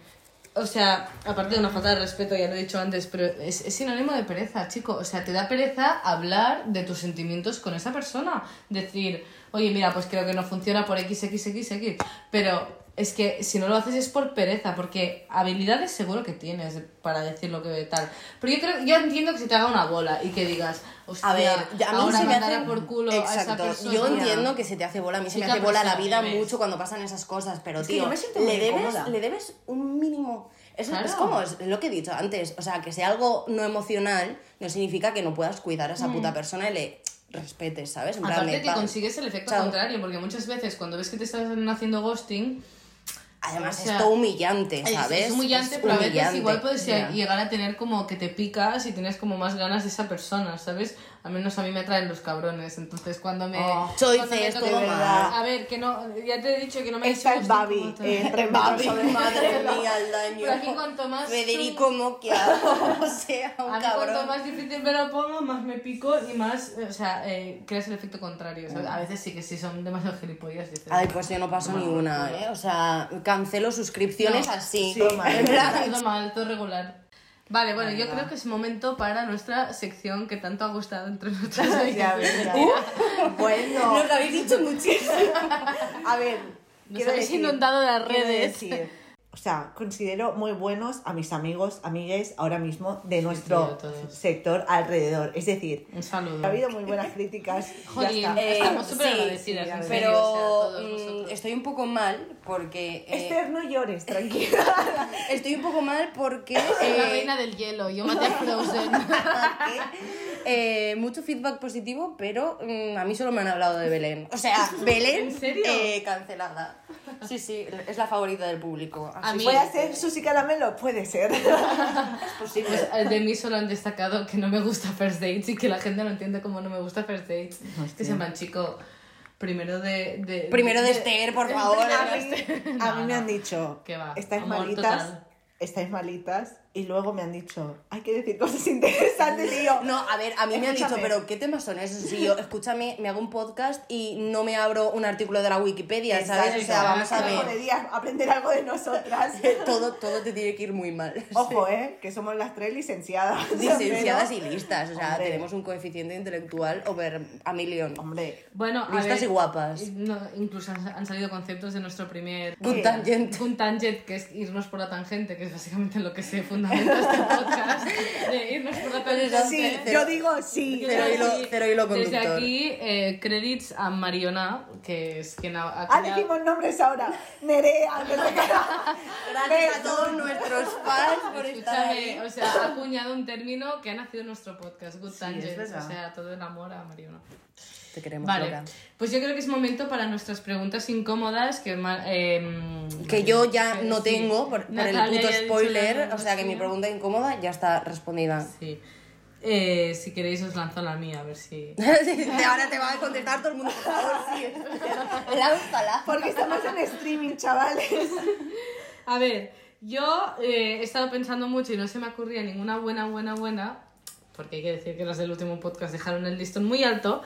o sea, aparte de una falta de respeto, ya lo he dicho antes, pero es, es sinónimo de pereza, chico. O sea, te da pereza hablar de tus sentimientos con esa persona. Decir, oye, mira, pues creo que no funciona por XXXX. Pero es que si no lo haces es por pereza, porque habilidades seguro que tienes para decir lo que tal. Pero yo creo, yo entiendo que se te haga una bola y que digas, hostia, A ver, ya- a mí ahora se me mandará hace... por culo a esa Exacto. persona. Yo entiendo que se te hace bola, a mí se Sí me que hace bola la vida ves. mucho cuando pasan esas cosas, pero Es que tío, yo me siento muy le, debes, incómoda. le debes un mínimo. Es, Claro. es como es lo que he dicho antes, o sea, que sea algo no emocional no significa que no puedas cuidar a esa puta persona y le respetes, ¿sabes? En plan Mm. Aparte de, que va. consigues el efecto Chao. contrario, porque muchas veces cuando ves que te están haciendo ghosting, Además, o sea, es todo humillante, es, ¿sabes? es humillante, Es pero a veces humillante. igual puedes Ya. llegar a tener como que te picas y tienes como más ganas de esa persona, ¿sabes? Al menos a mí me atraen los cabrones, entonces cuando me... Oh, cuando choices, me toque- todo mal. A ver, que no, ya te he dicho que no me... Esta es Babi. eh, Eh, re Babi. Madre mía, el daño. Pero aquí cuanto más Federico Mocchia, o sea, un a mí cabrón. cuanto más difícil me lo pongo, más me pico y más, eh, o sea, eh, creas el efecto contrario, ¿sabes? A veces sí que sí son demasiado gilipollas, dices. Ay, pues yo no paso ni una, ¿eh? O sea, cancelo suscripciones pues, Eh, No. pues así. Sí, madre En plan, Todo mal, todo regular. Vale, bueno, yo creo que es momento para nuestra sección que tanto ha gustado entre nosotras. Ya ves, ya ves. Bueno. Nos lo habéis dicho muchísimo. A ver, Nos quiero habéis decir- inundado de las quiero redes. decir, o sea, considero muy buenos a mis amigos, amigues ahora mismo de tío, nuestro todos. sector alrededor. Es decir, Un saludo. ha habido muy buenas críticas. ya Jolín, está. eh, Estamos Eh, súper sí, agradecidas, en serio, Pero o sea, todos mm, vosotros. estoy un poco mal porque... eh, Esther, no llores, tranquila. Estoy un poco mal porque... Soy la eh, reina del hielo, yo maté a Frozen. Ah, Eh, mucho feedback positivo, pero mm, a mí solo me han hablado de Belén. O sea, Belén ¿En serio? eh, cancelada. Sí, sí, es la favorita del público. A Así mí- ¿Puede ser Susi Caramelo? Puede ser. es posible. Pues eh, de mí solo han destacado que no me gusta First Dates y que la gente no entiende cómo no me gusta First Dates. Es que se llaman, chico, primero de... de- Primero de este Esther, por favor. Primero a de mí, Esther. a No, mí me no. han dicho, Qué va, estáis amor malitas, total. estáis malitas, y luego me han dicho, hay que decir cosas interesantes, y yo, No, a ver, a mí me han dicho, Escúchame. pero ¿qué temas son esos? Si yo, escúchame, me hago un podcast y no me abro un artículo de la Wikipedia, ¿sabes? O sea, Exacto. vamos a Ojo de ver. día, aprender algo de nosotras. Todo, todo te tiene que ir muy mal. Ojo, ¿eh? Que somos las tres licenciadas. ¿eh? Licenciadas y listas, o sea, Hombre. tenemos un coeficiente intelectual over a millón. Hombre, Bueno, a Listas ver, y guapas. Eh, no, incluso han, han salido conceptos de nuestro primer eh, Good tangent. un tangent que es irnos por la tangente, que es básicamente lo que se fundamento este podcast de irnos por la tangente. Sí, Yo Yo digo sí. cero hilo- desde aquí- cero hilo conductor. Desde aquí, eh, credits a Mariona, que es quien ha, ha Ah, creado- decimos nombres ahora. Nerea. no sé qué. Gracias a todos nuestros fans por estar ahí. Escúchame, o sea, ha acuñado un término que ha nacido en nuestro podcast, Good Tangents, o verdad. sea, todo el amor a Mariona. Te queremos, Vale, loca. pues yo creo que es momento para nuestras preguntas incómodas que... ma- eh, Que yo ya eh, no sí. tengo por, por el Natalia puto ya ha dicho spoiler, la o sea que mi suya. pregunta incómoda ya está respondida. Sí. Eh, si queréis os lanzo la mía, a ver si... Ahora te va a contestar todo el mundo, por favor, sí. Lánzala. Porque estamos en streaming, chavales. A ver, yo eh, he estado pensando mucho y no se me ocurría ninguna buena, buena, buena, porque hay que decir que las del último podcast dejaron el listón muy alto.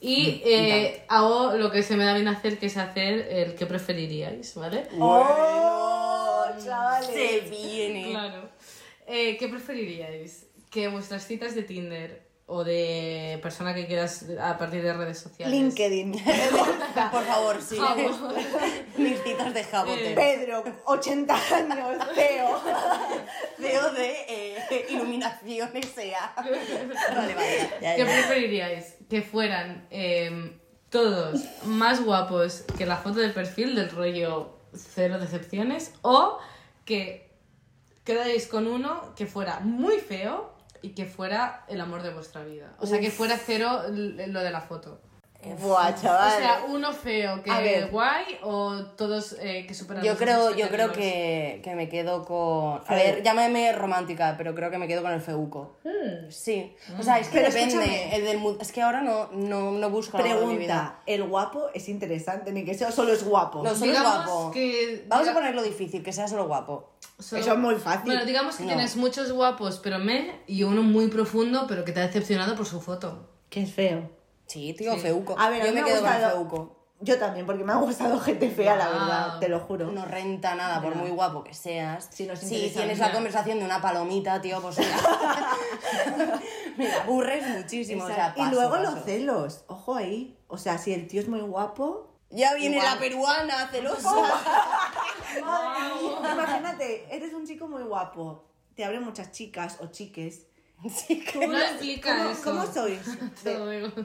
Y Mm, eh, hago lo que se me da bien hacer, que es hacer el que preferiríais, ¿vale? ¡Oh, chavales! Se viene. Claro. Eh, ¿Qué preferiríais? ¿Que vuestras citas de Tinder o de persona que quieras a partir de redes sociales? Ah, LinkedIn. Por favor, sí. Vamos. Mis citas de jabote. Pedro, 80 años, CEO. Veo de eh, iluminación S.A. Vale, vale. ya, ¿Qué ya. preferiríais? ¿Que fueran em, todos más guapos que la foto de perfil del rollo cero decepciones? ¿O que quedáis con uno que fuera muy feo y que fuera el amor de vuestra vida? O sea, que fuera cero l- lo de la foto. Buah, O chaval. sea, uno feo que A ver. guay o todos eh, que superan Yo las creo, yo creo expectativas? que, que me quedo con. A ver, llámame romántica, pero creo que me quedo con el feuco. Hmm. Sí. O sea, es que Pero depende. escúchame. El del mood- Es que ahora no, no, no busco el amor de mi vida. Pregunta, ¿el guapo es interesante? Ni que sea solo es guapo. No, solo es Digamos guapo. que- Vamos diga- a ponerlo difícil, que sea solo guapo. Solo- Eso es muy fácil. Bueno, digamos que No. tienes muchos guapos, pero me, y uno muy profundo, pero que te ha decepcionado por su foto. Qué feo. Sí, tío, feuco. A ver, a yo mí me me ha quedo con el gustado- feuco. Yo también, porque me ha gustado gente fea, la Wow. verdad, te lo juro. No renta nada, por muy guapo que seas. Si nos si interesa, tienes mira. la conversación de una palomita, tío, pues mira. me aburres muchísimo. o sea, Exacto. y paso, luego paso. los celos, ojo ahí. O sea, si el tío es muy guapo. Ya viene Igual. la peruana celosa. Imagínate, eres un chico muy guapo, te abren muchas chicas o chiques. Sí, Tú No explica ¿cómo, eso. ¿Cómo sois? Te lo digo. Es que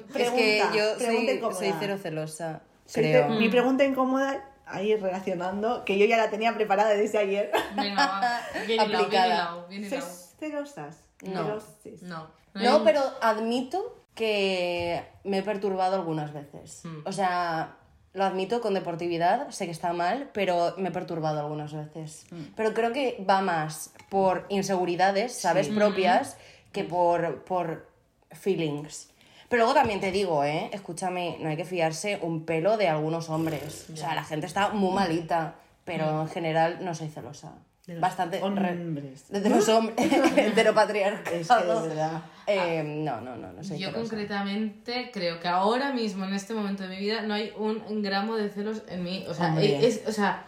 Pregunta, yo pregunta soy, incómoda. soy cero celosa, Soy creo. ce- Mi pregunta incómoda, ahí relacionando, que yo ya la tenía preparada desde ayer. Venga, va. Bien hilado, bien Aplicada. hilado, bien hilado. ¿Sois celosas? No. Celoses. No. hay No, un- pero admito que me he perturbado algunas veces. Mm. O sea, lo admito con deportividad, sé que está mal, pero me he perturbado algunas veces. Mm. Pero creo que va más por inseguridades, ¿sabes? Mm. Propias, que por, por feelings. Pero luego también te digo, ¿eh? Escúchame, no hay que fiarse un pelo de algunos hombres. O sea, la gente está Mm. muy malita, pero en general no soy celosa. Bastante... re- Hombres. de los hombres heteropatriarcado. Es que de verdad. Eh, no, no, no, no soy Ah, Yo celosa. concretamente creo que ahora mismo, en este momento de mi vida, no hay un gramo de celos en mí. O sea, Hombre. he, es- o sea,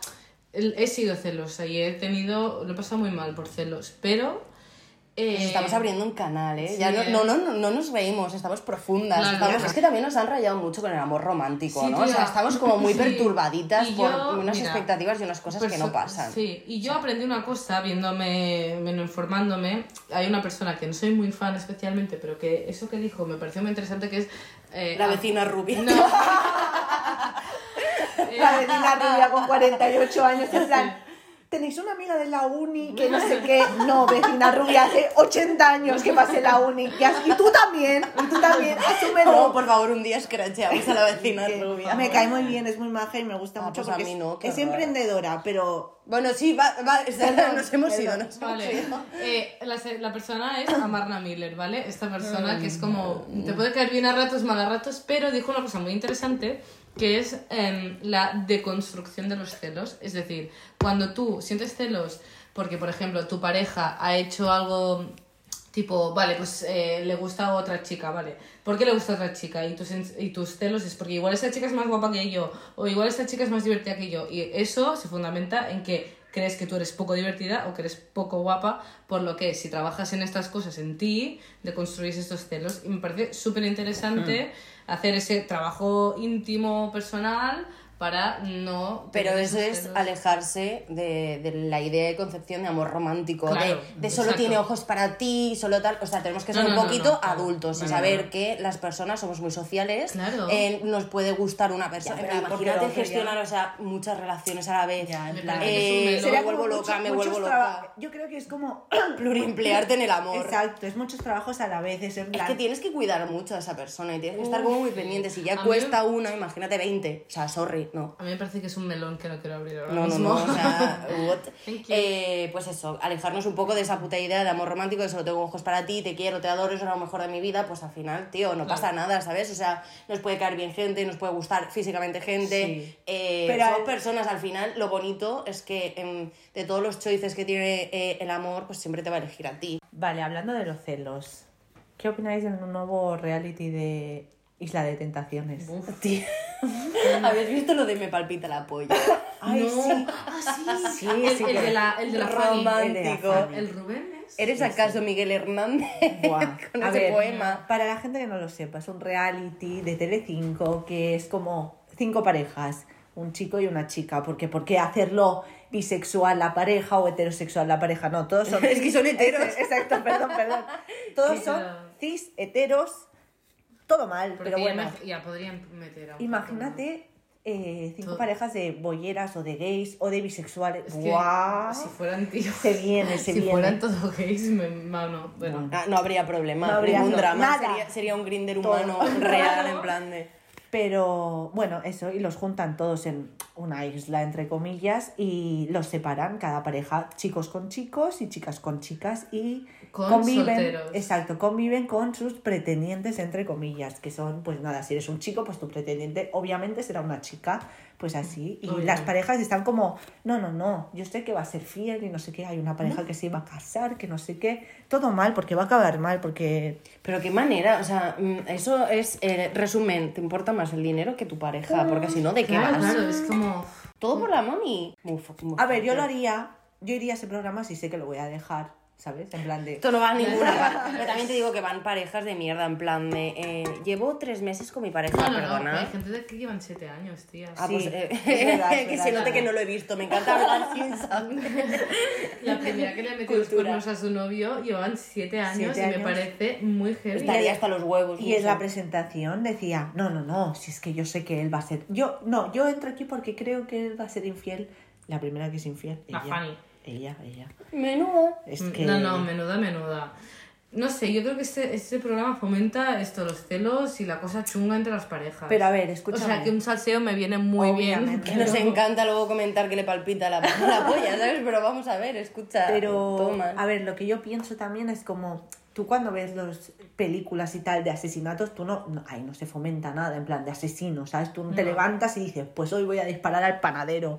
el- he sido celosa y he tenido... Lo he pasado muy mal por celos, pero... eh, Nos estamos abriendo un canal, ¿eh? sí, ya no, eh. no, no, no, no nos reímos, estamos profundas. Claro, estamos- claro. Es que también nos han rayado mucho con el amor romántico, Sí, ¿no? O sea, tía. estamos como muy Sí. perturbaditas Y por yo, unas mira, expectativas y unas cosas que no perso- pasan. Sí, y yo aprendí una cosa viéndome, bueno, informándome. Hay una persona que no soy muy fan especialmente, pero que eso que dijo me pareció muy interesante, que es... eh, La a- vecina rubia. No. Eh, La vecina rubia con 48 años, en plan, tenéis una amiga de la uni que no sé qué, no, vecina rubia, hace 80 años que pasé la uni, que has- y tú también, y tú también, No, asúmelo. Oh, por favor, un día escracheamos a la vecina Que rubia. me cae muy bien, es muy maja y me gusta Ah, mucho pues a porque mí es- no, qué es, horror. emprendedora, pero Bueno, sí, va, va, nos hemos perdón. ido, nos hemos Vale, ido. eh, la, se- la persona es Amarna Miller, ¿vale? Esta persona que es como, te puede caer bien a ratos, mal a ratos, pero dijo una cosa muy interesante, que es em, la deconstrucción de los celos. Es decir, cuando tú sientes celos porque, por ejemplo, tu pareja ha hecho algo tipo, vale, pues eh, le gusta a otra chica, vale. ¿Por qué le gusta a otra chica? Y tus, ens- y tus celos es porque igual esta chica es más guapa que yo, o igual esta chica es más divertida que yo. Y eso se fundamenta en que crees que tú eres poco divertida o que eres poco guapa, por lo que si trabajas en estas cosas en ti, de construir estos celos. Hmm. Y me parece súper interesante hacer ese trabajo íntimo, personal, para no... Pero tener eso es celos. alejarse de, de la idea y concepción de amor romántico, Claro, de, de solo exacto. tiene ojos para ti, solo tal. O sea, tenemos que No, ser no, un no, poquito no, claro. adultos Vale, y saber vale. que las personas somos muy sociales. Claro. eh, nos puede gustar una persona. Ya, En pero plan, porque imagínate lo otro ya- gestionar, o sea, muchas relaciones a la vez. Ya, en Me plan, parece que es un Eh, melón. me Sería vuelvo como loca, mucho- me vuelvo muchos traba- loca. Yo creo que es como. Pluriemplearte en el amor. Exacto, es muchos trabajos a la vez, es en Es plan. que tienes que cuidar mucho a esa persona y tienes que estar como muy pendiente. Si a ya mí- cuesta una, imagínate 20. O sea, sorry, no. A mí me parece que es un melón que no quiero abrir ahora No, no, mismo. no, o sea, what? Thank you. Eh, pues eso, alejarnos un poco de esa puta idea de amor romántico, de solo tengo ojos para ti, te quiero, te adoro, eso es lo mejor de mi vida, pues al final, tío, no pasa nada, ¿sabes? O sea, nos puede caer bien gente, nos puede gustar físicamente gente, Sí. eh, Pero somos al- personas, al final, lo bonito es que em, de todos los choices que tiene eh, el amor, pues siempre te va a elegir a ti. Vale, hablando de los celos, ¿qué opináis del nuevo reality de Isla de Tentaciones? Uf. Tío. Mm. ¿Habéis visto lo de me palpita la polla? Ay, No. sí. Ah, sí. Sí, el, sí el que- de la, el de la Fanny. romántico. Fanny. El Rubén es. ¿Eres acaso Miguel Hernández Buah. con A ese ver, poema? Para la gente que no lo sepa, es un reality de Telecinco que es como cinco parejas, un chico y una chica, porque ¿por qué hacerlo bisexual la pareja o heterosexual la pareja? No, todos son Es que son heteros. Exacto, perdón, perdón. Todos Sí, son pero- cis heteros, todo mal, Porque pero ya bueno. me- Ya, podrían meter a un Imagínate eh, cinco Todo. parejas de boyeras o de gays o de bisexuales. Es que ¡Guau! Si fueran tíos. Se viene, se si viene. fueran todos gays, me, no, no, bueno. Ah, no habría problema, No habría ningún no- drama. nada. Sería, sería un grinder Todo. humano real, en plan de. Pero bueno, eso, y los juntan todos en una isla, entre comillas, y los separan cada pareja, chicos con chicos y chicas con chicas, y Con conviven, solteros. exacto, conviven con sus pretendientes, entre comillas, que son, pues nada, si eres un chico, pues tu pretendiente obviamente será una chica, pues así, y Obvio. las parejas están como, no, no, no, yo sé que va a ser fiel y no sé qué, hay una pareja que se iba a casar, que no sé qué, todo mal, porque va a acabar mal, porque Pero qué manera, o sea, mm, eso es. eh, resumen, te importa más el dinero que tu Ah, pareja, porque si no, ¿de qué Claro, vas? claro, es como. Todo por la mami. Muy fu- muy A ver, yo fuerte. lo haría. Yo iría a ese programa si sé que lo voy a dejar, ¿sabes? En plan de. Esto no va a ninguna parte. Pero también te digo que van parejas de mierda, en plan de. eh, llevo tres meses con mi pareja, Ah, No, pues, no, no, perdona. hay gente de que llevan siete años, tía. Ah, pues, Sí, eh, es verdad, que es verdad, se es note verdad. que no lo he visto. Me encanta hablar sin saber. La primera que le ha metido los Cultura. cuernos a su novio llevaban siete años Siete y me años. parece muy heavy. Estaría hasta los huevos. Y no en la sé. presentación decía, no, no, no, si es que yo sé que él va a ser. Yo, no, yo entro aquí porque creo que él va a ser infiel. La primera que es infiel. La Ella, Fanny. Ella, ella. Menuda. Es Mm, que. No, no, menuda, menuda. No sé, yo creo que este, este programa fomenta esto, los celos y la cosa chunga entre las parejas. Pero a ver, o escúchame. sea, que un salseo me viene muy Obviamente. Que bien. nos encanta luego comentar que le palpita la, la polla, ¿sabes? Pero vamos a ver, escucha. Pero, todo mal. a ver, lo que yo pienso también es como, tú cuando ves las películas y tal de asesinatos, tú no, no- ahí no se fomenta nada, en plan de asesino, ¿sabes? Tú te levantas y dices, pues hoy voy a disparar al panadero.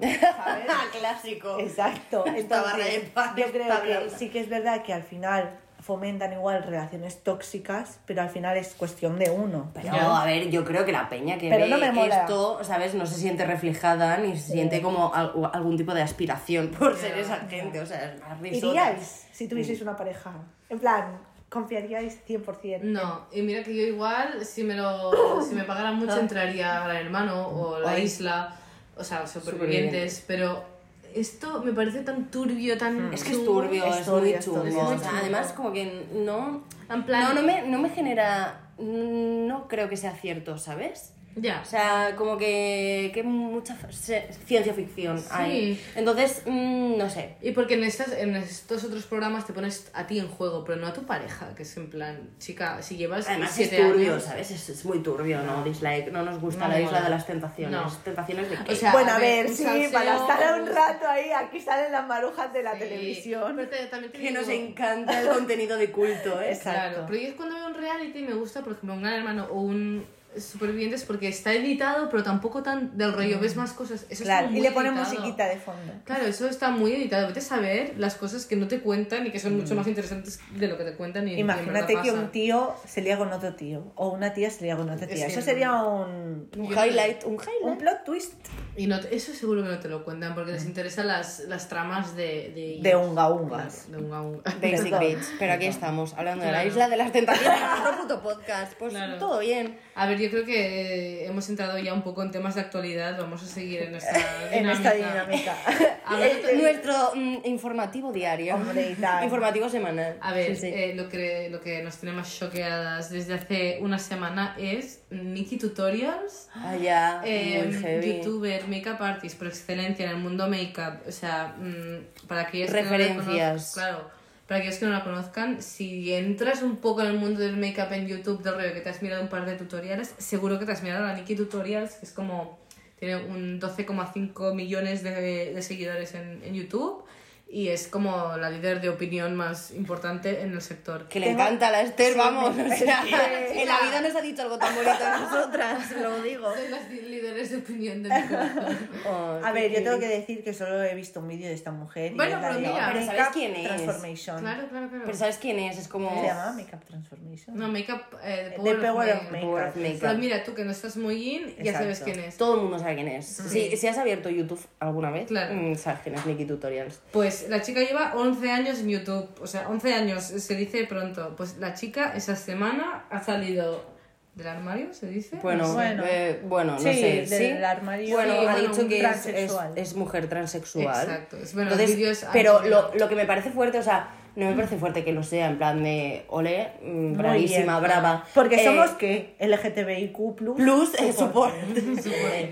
clásico. Exacto. Esta barra de Entonces, pan, yo esta creo que blabla. sí que es verdad que al final fomentan igual relaciones tóxicas, pero al final es cuestión de uno. Pero, a ver, yo creo que la peña que Pero ve no me mola. esto, ¿sabes? No se siente reflejada ni se siente como al- o algún tipo de aspiración por ser esa gente. O sea, es más risota. ¿Iríais si tuvieseis una pareja? En plan, ¿confiaríais 100%? No, y mira que yo igual, si me lo si me pagaran mucho, entraría a Gran Hermano o La Ah. Ay. Isla, o sea, los supervivientes, pero esto me parece tan turbio, tan... Mm. Es que es chungo. turbio, Es es, muy turbio, es chungo. turbio, es muy O sea, chungo. además, como que no. En plan- No, no me, no me genera. No creo que sea cierto, ¿sabes? Ya, O sea, como que, que mucha f- se- ciencia ficción hay. Entonces, mm, no sé. Y porque en, estas, en estos otros programas te pones a ti en juego, pero no a tu pareja, que es en plan, chica, si llevas Además es siete turbio, años... ¿sabes? Es, es muy turbio, ¿no? Dislike, no nos gusta No la me isla mola. de las tentaciones. No. ¿Tentaciones de qué? O sea, Bueno, a a ver, ver, un sí, salseo, para estar un- un rato ahí, aquí salen las marujas de la Sí, televisión. pero te- también te que nos digo- encanta el contenido de culto, ¿eh? Exacto. Claro, pero yo es cuando veo un reality me gusta, por ejemplo, un gran hermano o un supervivientes porque está editado, pero tampoco tan del rollo, ves más cosas. Eso está Mm. Claro, muy y le ponen editado. musiquita de fondo. Claro, eso está muy editado. Vete a saber las cosas que no te cuentan y que son mucho más interesantes de lo que te cuentan. Y y en verdad Mm. Imagínate que pasa. un tío se lía con otro tío o una tía se lía con otra tía. que Eso no. sería un, Un highlight, un highlight. un plot twist. Y no te- eso seguro que no te lo cuentan porque les interesan las, las tramas de... De, Mm. De unga ungas. Claro, de unga unga. Basic bitch. Pero aquí estamos, hablando de la Claro. isla de las tentaciones, nuestro puto podcast. Pues Claro. todo bien. A ver, yo creo que eh, hemos entrado ya un poco en temas de actualidad. Vamos a seguir en esta dinámica. En esta dinámica. A ver, Este- nuestro mm, informativo diario. Hombre, y tal. Informativo semanal. A ver, Sí, sí. eh, lo, que, lo que nos tiene más choqueadas desde hace una semana es Nikki Tutorials. Ah, ya, Eh, muy heavy. youtuber, makeup artist por excelencia en el mundo makeup, o sea, mm, para aquellos que no la Referencias. conozcan, claro, para aquellos que no la conozcan, si entras un poco en el mundo del makeup en YouTube del rollo que te has mirado un par de tutoriales, seguro que te has mirado a Nikki Tutorials, que es como tiene un 12,5 millones de, de seguidores en, en YouTube y es como la líder de opinión más importante en el sector. Que le Tengo- encanta a la Esther, Sí, vamos. me- o sea, es que- en la vida nos ha dicho algo tan bonito a nosotras. Lo digo. Soy las líderes de opinión de mi corazón. Oh, A ver, qué yo tengo que heavy. decir que solo he visto un vídeo de esta mujer. y Bueno, es pero la de mira, pero Makeup pues ¿sabes quién es? Transformation. Claro, claro, claro. Pero ¿sabes quién es? Es como... ¿Cómo se llama Makeup Transformation? No, Makeup, eh, The the Power, Power of of Makeup. Power of Makeup. Pero mira, tú que no estás muy in, ya Exacto. sabes quién es. Todo el mundo sabe quién es. Mm. Si, si has abierto YouTube alguna vez, Claro. mm, sabes quién es Nikki Tutorials. Pues la chica lleva 11 años en YouTube, o sea, 11 años, se dice pronto. Pues la chica esa semana ha salido del armario, se dice. Bueno, Bueno. eh, bueno no Sí, sé. del sí. armario. Bueno, Sí, ha bueno, dicho un que es, es, transexual. es mujer transexual. Exacto. Es, bueno, Entonces, los vídeos han pero sido- lo, lo que me parece fuerte, o sea, no me parece fuerte que lo sea, en plan de ole, mm, bravísima, bien. brava. Porque Eh, somos qué? LGTBIQ plus. plus eh, support.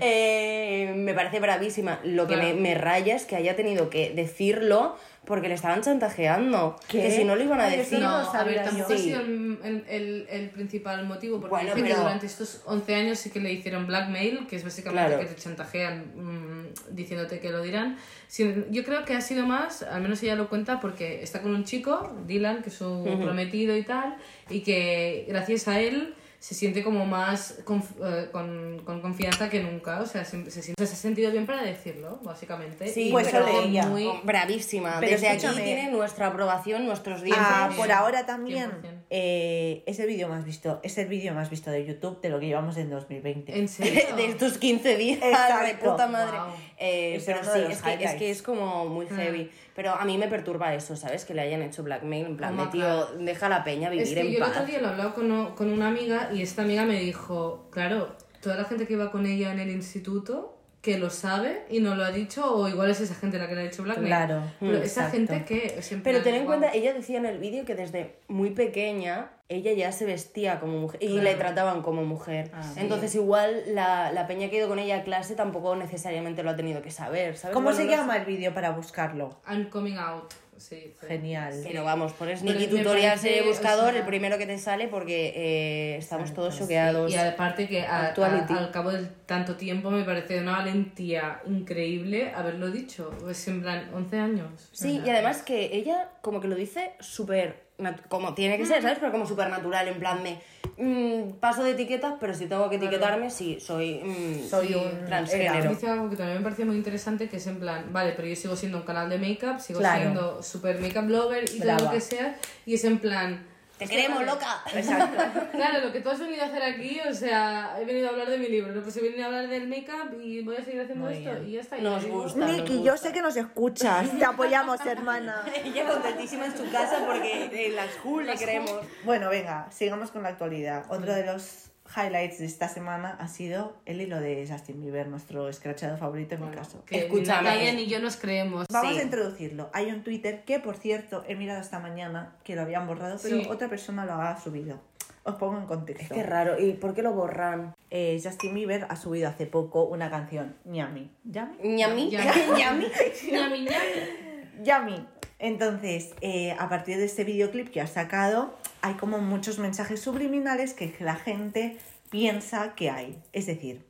Eh, me parece bravísima. Lo que Claro. me, me raya es que haya tenido que decirlo porque le estaban chantajeando. ¿Qué? Que si no lo iban a Ay, decir. eso No, no lo a ver, sabía tampoco yo. ha sido el, el- el- el principal motivo, porque Bueno, dice que pero- durante estos 11 años sí que le hicieron blackmail, que es básicamente Claro. que te chantajean mm, diciéndote que lo dirán. Sin- yo creo que ha sido más, al menos ella lo cuenta, porque está con un chico, Dylan, que es su prometido y tal, y que gracias a él se siente como más conf- eh, con, con confianza que nunca, o sea, se, se siente- se ha sentido bien para decirlo, básicamente. Sí, Y pues pero solo ella. muy- Bravísima. Pero Desde aquí escúchame. tiene nuestra aprobación, nuestros dientes. Ah, sí. por ahora también 100%. eh, es el vídeo más visto, es el vídeo más visto de YouTube de lo que llevamos en 2020. ¿En serio? de estos 15 días Exacto. de puta madre. Wow. Eh, Ese pero era uno sí, de los es que, es highlights. Mm. que es como muy heavy. Pero a mí me perturba eso, ¿sabes? Que le hayan hecho blackmail. En plan, Toma, de, tío, claro. deja a la peña vivir Es que en yo paz. el otro día lo hablaba con, o- con una amiga y esta amiga me dijo, claro, toda la gente que iba con ella en el instituto que lo sabe y no lo ha dicho o igual es esa gente la que le ha dicho blackmail. Claro, Pero mm, esa exacto. gente que siempre Pero ten en cuenta, ella decía en el vídeo que desde muy pequeña ella ya se vestía como mujer y le trataban como mujer. Ah, Entonces, igual la, la peña que ha ido con ella a clase tampoco necesariamente lo ha tenido que saber, ¿sabes? ¿Cómo Igual se no lo llama el vídeo para buscarlo? I'm coming out. Sí, sí. Genial. Pero vamos, pones Pero Nikki me Tutorial parece, en el buscador, o sea- el primero que te sale, porque eh, estamos todos choqueados. Y aparte que a- a- Pues, Actuality. al cabo de tanto tiempo me parece una valentía increíble haberlo dicho. Pues en plan, 11 años. Sí, y además que ella como que lo dice súper, nat- como tiene que ser, ¿sabes? Pero como súper natural, en plan de, mm, paso de etiquetas, pero si tengo que etiquetarme, sí, soy, mm, Soy sí, un- transgénero. Dice algo que también me parecía muy interesante, que es en plan, vale, pero yo sigo siendo un canal de make-up, sigo Claro. siendo super make-up lover y Brava. todo lo que sea, y es en plan... ¡Te "Hostia, queremos, vale". loca! Exacto. Claro, lo que tú has venido a hacer aquí, o sea, he venido a hablar de mi libro, ¿no? pues he venido a hablar del make-up y voy a seguir haciendo esto y ya está. y Nos lo digo. gusta. Nikki, yo sé que nos escuchas. Te apoyamos, hermana. ella contentísima en su casa porque en las Jul le queremos. Bueno, venga, sigamos con la actualidad. Otro de los highlights de esta semana ha sido el hilo de Justin Bieber, nuestro escrachado favorito en mi caso. Que Escúchame. Natalia ni yo nos creemos. Vamos Sí. a introducirlo. Hay un Twitter que, por cierto, he mirado esta mañana que lo habían borrado, pero Sí. otra persona lo ha subido. Os pongo en contexto. Qué raro, ¿y por qué lo borran? Eh, Justin Bieber ha subido hace poco una canción, Yami. ¿Yami? ¿Ñami? Ñami. ¿Ñami? Ñami, ñami. Yami. Entonces, eh, a partir de este videoclip que ha sacado, hay como muchos mensajes subliminales que la gente piensa que hay. Es decir,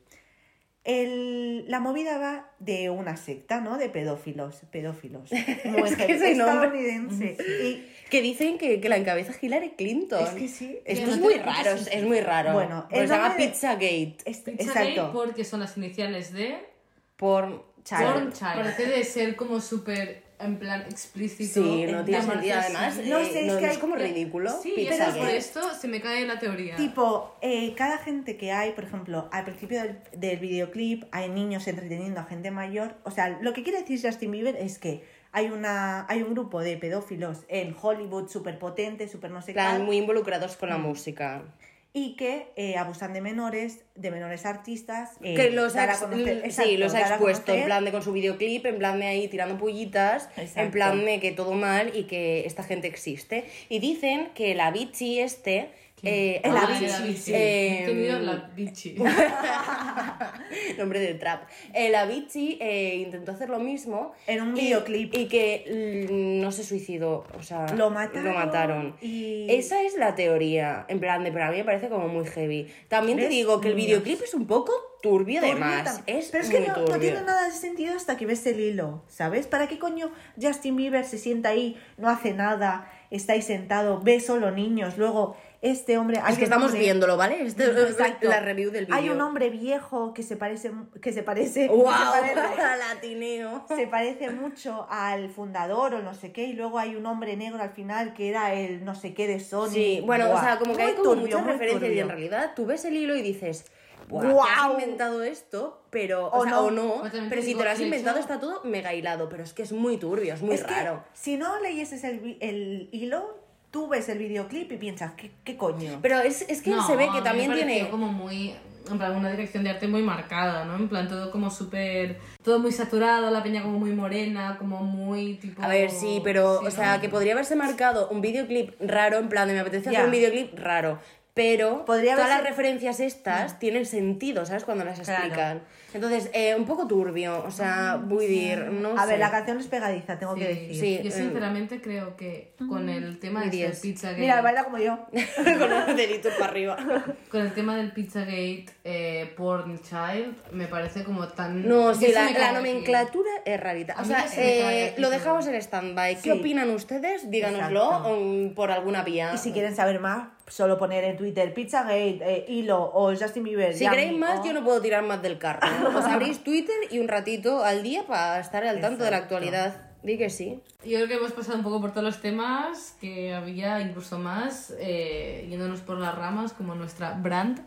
el- la movida va de una secta, ¿no? De pedófilos, pedófilos. Muy Es que heavy. ese nombre. estadounidense. Y Que dicen que, que la encabeza Hillary Clinton. Es que sí, es Esto que es no muy tiene raro, es muy raro. Bueno, Pero el se llama nombre de- Pizzagate. este- Pizzagate exacto. porque son las iniciales de... Por Child. Porn Child. Parece de ser como súper en plan explícito. Sí, no en tiene la sentido. margen, Además, sí. eh, no, sé, es, que es como ridículo. Sí, piensa pero por que- esto se me cae la teoría. Tipo, eh, cada gente que hay, por ejemplo, al principio del, del videoclip hay niños entreteniendo a gente mayor. O sea, lo que quiere decir Justin Bieber es que hay una hay un grupo de pedófilos en Hollywood súper potente, súper no sé qué. plan, muy involucrados con la música. Y que eh, abusan de menores, de menores artistas. eh, que los dar ha, a ex- conocer- l- sí, exacto, los ha dar a expuesto en conocer. plan de con su videoclip, en plan de ahí tirando pullitas, en Exacto. plan de que todo mal y que esta gente existe. Y dicen que la bichi este... Eh, El ah, Avicii, bichi. sí. eh, Querido la bichi. nombre de trap. El Avicii eh, intentó hacer lo mismo. En un y- videoclip. Y, que mm, no se suicidó. O sea, Lo mataron Lo mataron. y- Esa es la teoría. En plan, de, pero a mí me parece como muy heavy. También te ¿Ves? digo que el Niños. videoclip es un poco turbio, de Turbio más. tam- Es pero es que muy no, no turbio. tiene nada de sentido hasta que ves el hilo, ¿sabes? ¿Para qué coño Justin Bieber se sienta ahí, no hace nada, está ahí sentado, ve solo niños, luego este hombre... Es hay que un estamos hombre- viéndolo, ¿vale? Este es Exacto. la review del vídeo. Hay un hombre viejo que se parece... Que se parece... ¡Wow! que se parece- Latineo. se parece mucho al fundador o no sé qué, y luego hay un hombre negro al final que era el no sé qué de Sony. Sí, bueno, o Buah, sea, como que muy hay como turbio, muchas muy referencias y en turbio. realidad tú ves el hilo y dices, ¡guau! ¡Guau! has inventado esto, pero. O, O sea, no. o no, Pues también pero te si digo te lo has que el inventado hecho- está todo mega hilado, pero es que es muy turbio, es muy Es que raro. si no leyeses el, vi- el hilo, tú ves el videoclip y piensas, ¿qué, qué coño? Pero es, es que No, se ve a mí que me también pareció tiene. como muy en plan una dirección de arte muy marcada, ¿no? En plan todo como súper todo muy saturado, la peña como muy morena, como muy tipo A ver, sí, pero, sí, o sea, ¿no? que podría haberse marcado un videoclip raro, en plan de me apetece Ya. hacer un videoclip raro. Pero Podría todas haberse- las referencias estas tienen sentido, ¿sabes? Cuando las Claro. explican. Entonces, eh, un poco turbio, o sea, Mm, voy a decir, no a sé. ver, la canción es pegadiza, tengo que Sí, decir. sí, yo eh, sinceramente creo que con el tema de diez. pizza gate, Mira, baila como yo. Con los deditos para arriba. con el tema del Pizzagate eh, Porn Child me parece como tan No, Yo sí, se la, me la cae aquí. nomenclatura es rarita. A O mí sea, ya se me cae eh, aquí lo todo. dejamos en stand-by. ¿Qué Sí. opinan ustedes? Díganoslo Exacto. um, por alguna vía. Y si quieren saber más, solo poner en Twitter Pizzagate, eh, Hilo o Justin Bieber. Si Yami, queréis más, o- yo no puedo tirar más del carro. Os abrís Twitter y un ratito al día para estar al tanto de la Exacto. actualidad. Di que sí. Yo creo que hemos pasado un poco por todos los temas que había, incluso más, eh, yéndonos por las ramas, como nuestra brand.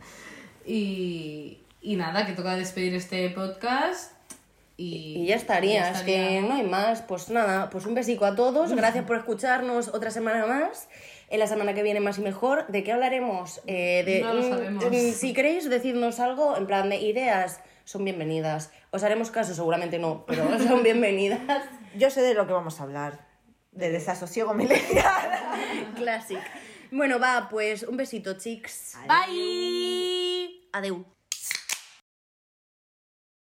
Y, y nada, que toca despedir este podcast. Y, Y ya ya estaría, es que no hay más. Pues nada, pues un besico a todos. Gracias por escucharnos otra semana más. En la semana que viene más y mejor. ¿De qué hablaremos? Eh, de- No lo mm, sabemos. mm, si queréis decirnos algo en plan de ideas, son bienvenidas. Os haremos caso, seguramente no, pero son bienvenidas. Yo sé de lo que vamos a hablar. De desasosiego milenial. Classic. Bueno, va, pues un besito, chicks. Bye. Adeu.